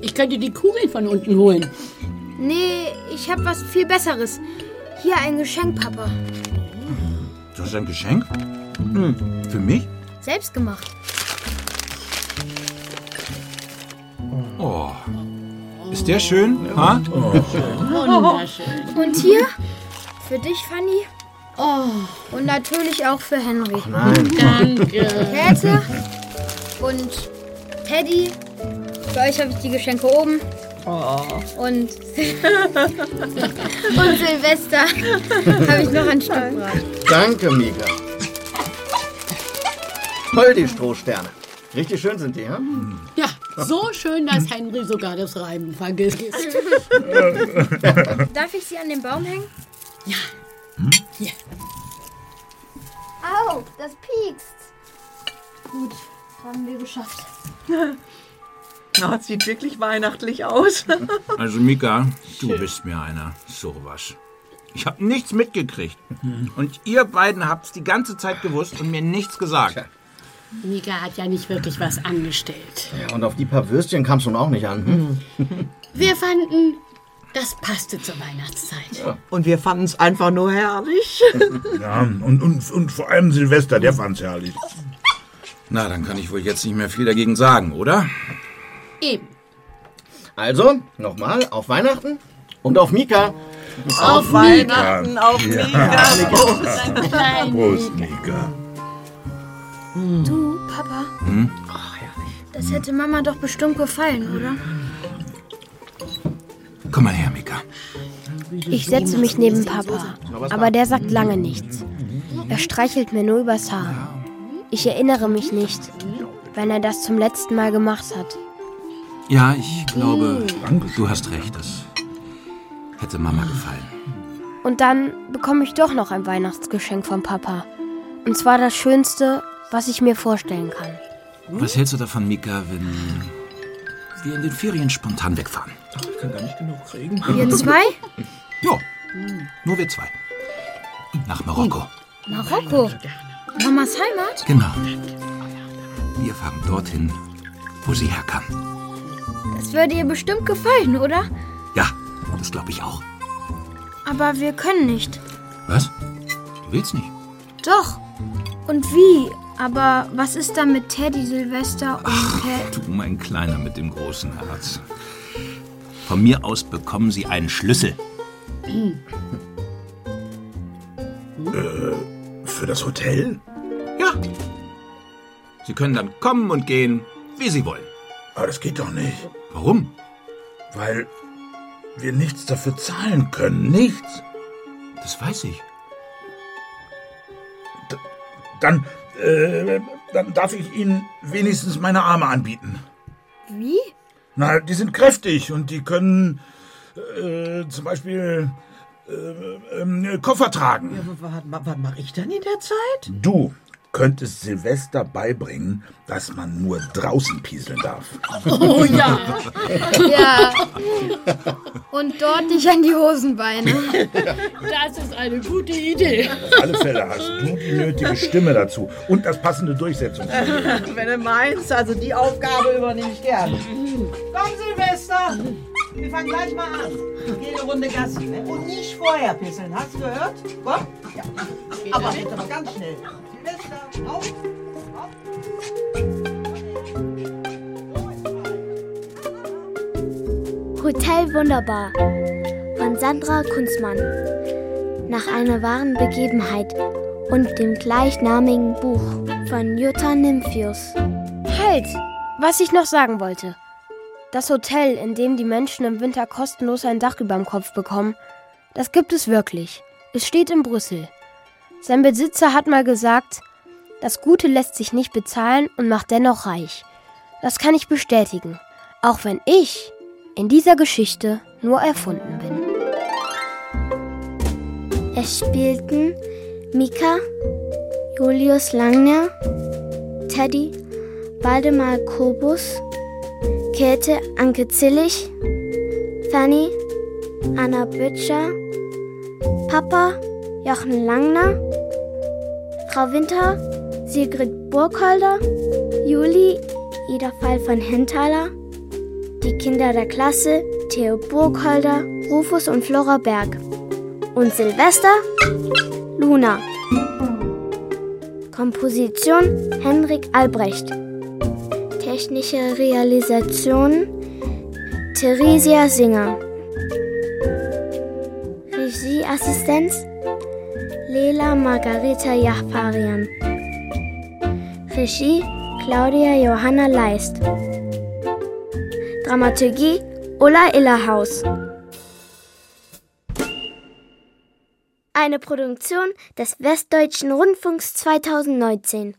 [SPEAKER 2] ich könnte die Kugeln von unten holen.
[SPEAKER 12] Nee, ich habe was viel Besseres. Hier ein Geschenk, Papa.
[SPEAKER 26] Das ist ein Geschenk? Hm, für mich?
[SPEAKER 12] Selbst gemacht.
[SPEAKER 26] Oh. Ist der schön? Ha?
[SPEAKER 2] Wunderschön.
[SPEAKER 12] Und hier? Für dich, Fanny. Oh. Und natürlich auch für Henry.
[SPEAKER 2] nein. Danke.
[SPEAKER 12] Käthe und Teddy. Für euch habe ich die Geschenke oben. Und, Sil- und Silvester habe ich noch ein Stück dran.
[SPEAKER 1] Danke, Mika. Toll, die Strohsterne. Richtig schön sind die, ja?
[SPEAKER 2] Ja, so schön, dass Henry sogar das Reiben vergisst.
[SPEAKER 12] Darf ich sie an den Baum hängen?
[SPEAKER 5] Au, das piekst. Gut, haben wir geschafft.
[SPEAKER 22] Na, es sieht wirklich weihnachtlich aus.
[SPEAKER 26] Also Mika, du bist mir einer. So was. Ich habe nichts mitgekriegt. Und ihr beiden habt's die ganze Zeit gewusst und mir nichts gesagt.
[SPEAKER 2] Mika hat ja nicht wirklich was angestellt.
[SPEAKER 1] Ja, und auf die paar Würstchen kam es nun auch nicht an. Hm?
[SPEAKER 2] Wir fanden, das passte zur Weihnachtszeit.
[SPEAKER 22] Und wir fanden es einfach nur herrlich.
[SPEAKER 6] Ja, und, und, und vor allem Silvester, der fand's herrlich.
[SPEAKER 26] Na, dann kann ich wohl jetzt nicht mehr viel dagegen sagen, oder?
[SPEAKER 2] Eben.
[SPEAKER 1] Also, nochmal, auf Weihnachten und auf Mika.
[SPEAKER 22] Auf Weihnachten, auf
[SPEAKER 1] Ja.
[SPEAKER 22] Mega.
[SPEAKER 1] Prost.
[SPEAKER 22] Prost.
[SPEAKER 1] Prost,
[SPEAKER 6] Mika.
[SPEAKER 12] Du, Papa,
[SPEAKER 26] Hm?
[SPEAKER 12] das hätte Mama doch bestimmt gefallen, oder?
[SPEAKER 26] Komm mal her, Mika.
[SPEAKER 4] Ich setze mich neben Papa, aber der sagt lange nichts. Er streichelt mir nur übers Haar. Ich erinnere mich nicht, wann er das zum letzten Mal gemacht hat.
[SPEAKER 26] Ja, ich glaube, du hast recht. Das hätte Mama gefallen.
[SPEAKER 4] Und dann bekomme ich doch noch ein Weihnachtsgeschenk von Papa. Und zwar das Schönste, was ich mir vorstellen kann.
[SPEAKER 26] Was hältst du davon, Mika, wenn wir in den Ferien spontan wegfahren? Ich kann gar nicht genug kriegen.
[SPEAKER 12] Wir zwei?
[SPEAKER 26] Ja, nur wir zwei. Nach Marokko.
[SPEAKER 12] Marokko. Mamas Heimat?
[SPEAKER 26] Genau. Wir fahren dorthin, wo sie herkam.
[SPEAKER 12] Das würde ihr bestimmt gefallen, oder?
[SPEAKER 26] Ja, das glaube ich auch.
[SPEAKER 12] Aber wir können nicht.
[SPEAKER 26] Was? Du willst nicht?
[SPEAKER 12] Doch. Und wie? Aber was ist da mit Teddy, Silvester und Cat?
[SPEAKER 26] Du, mein Kleiner mit dem großen Herz. Von mir aus bekommen sie einen Schlüssel.
[SPEAKER 24] Äh, für das Hotel?
[SPEAKER 26] Ja. Sie können dann kommen und gehen, wie sie wollen.
[SPEAKER 24] Aber das geht doch nicht.
[SPEAKER 26] Warum?
[SPEAKER 24] Weil wir nichts dafür zahlen können. Nichts.
[SPEAKER 26] Das weiß ich.
[SPEAKER 6] Dann, äh, dann darf ich Ihnen wenigstens meine Arme anbieten.
[SPEAKER 12] Wie?
[SPEAKER 6] Na, die sind kräftig und die können äh, zum Beispiel äh, ähm, Koffer tragen.
[SPEAKER 22] Ja, was, was mache ich denn in der Zeit?
[SPEAKER 6] Du könntest Silvester beibringen, dass man nur draußen pieseln darf.
[SPEAKER 12] Oh ja. ja. Und dort nicht an die Hosenbeine.
[SPEAKER 2] Das ist eine gute Idee.
[SPEAKER 6] Auf alle Fälle hast du die nötige Stimme dazu und das passende Durchsetzung.
[SPEAKER 22] Wenn du meinst, also die Aufgabe übernehme ich gern. Komm, Silvester! Wir fangen gleich mal an. Geh eine Runde Gassi, ne? Und nicht vorher pisseln, hast du gehört? Komm? Ja. Aber bitte mal ganz schnell. Silvester, auf!
[SPEAKER 3] Hotel Wunderbar von Sandra Kunzmann. Nach einer wahren Begebenheit und dem gleichnamigen Buch von Jutta Nymphius.
[SPEAKER 4] Halt! Was ich noch sagen wollte. Das Hotel, in dem die Menschen im Winter kostenlos ein Dach überm Kopf bekommen, das gibt es wirklich. Es steht in Brüssel. Sein Besitzer hat mal gesagt, das Gute lässt sich nicht bezahlen und macht dennoch reich. Das kann ich bestätigen, auch wenn ich in dieser Geschichte nur erfunden bin.
[SPEAKER 3] Es spielten Mika, Julius Langner, Teddy, Waldemar Kobus, Käthe Anke Zillig, Fanny, Anna Böttcher, Papa Jochen Langner, Frau Winter, Sigrid Burkholder, Juli, jeder Fall von Henthaler, die Kinder der Klasse, Theo Burkholder, Rufus und Flora Berg. Und Silvester, Luna. Komposition Henrik Albrecht. Technische Realisation Theresia Singer. Regieassistenz Lela Margareta Jafarian. Regie Claudia Johanna Leist. Dramaturgie Ulla Illerhaus. Eine Produktion des Westdeutschen Rundfunks 2019.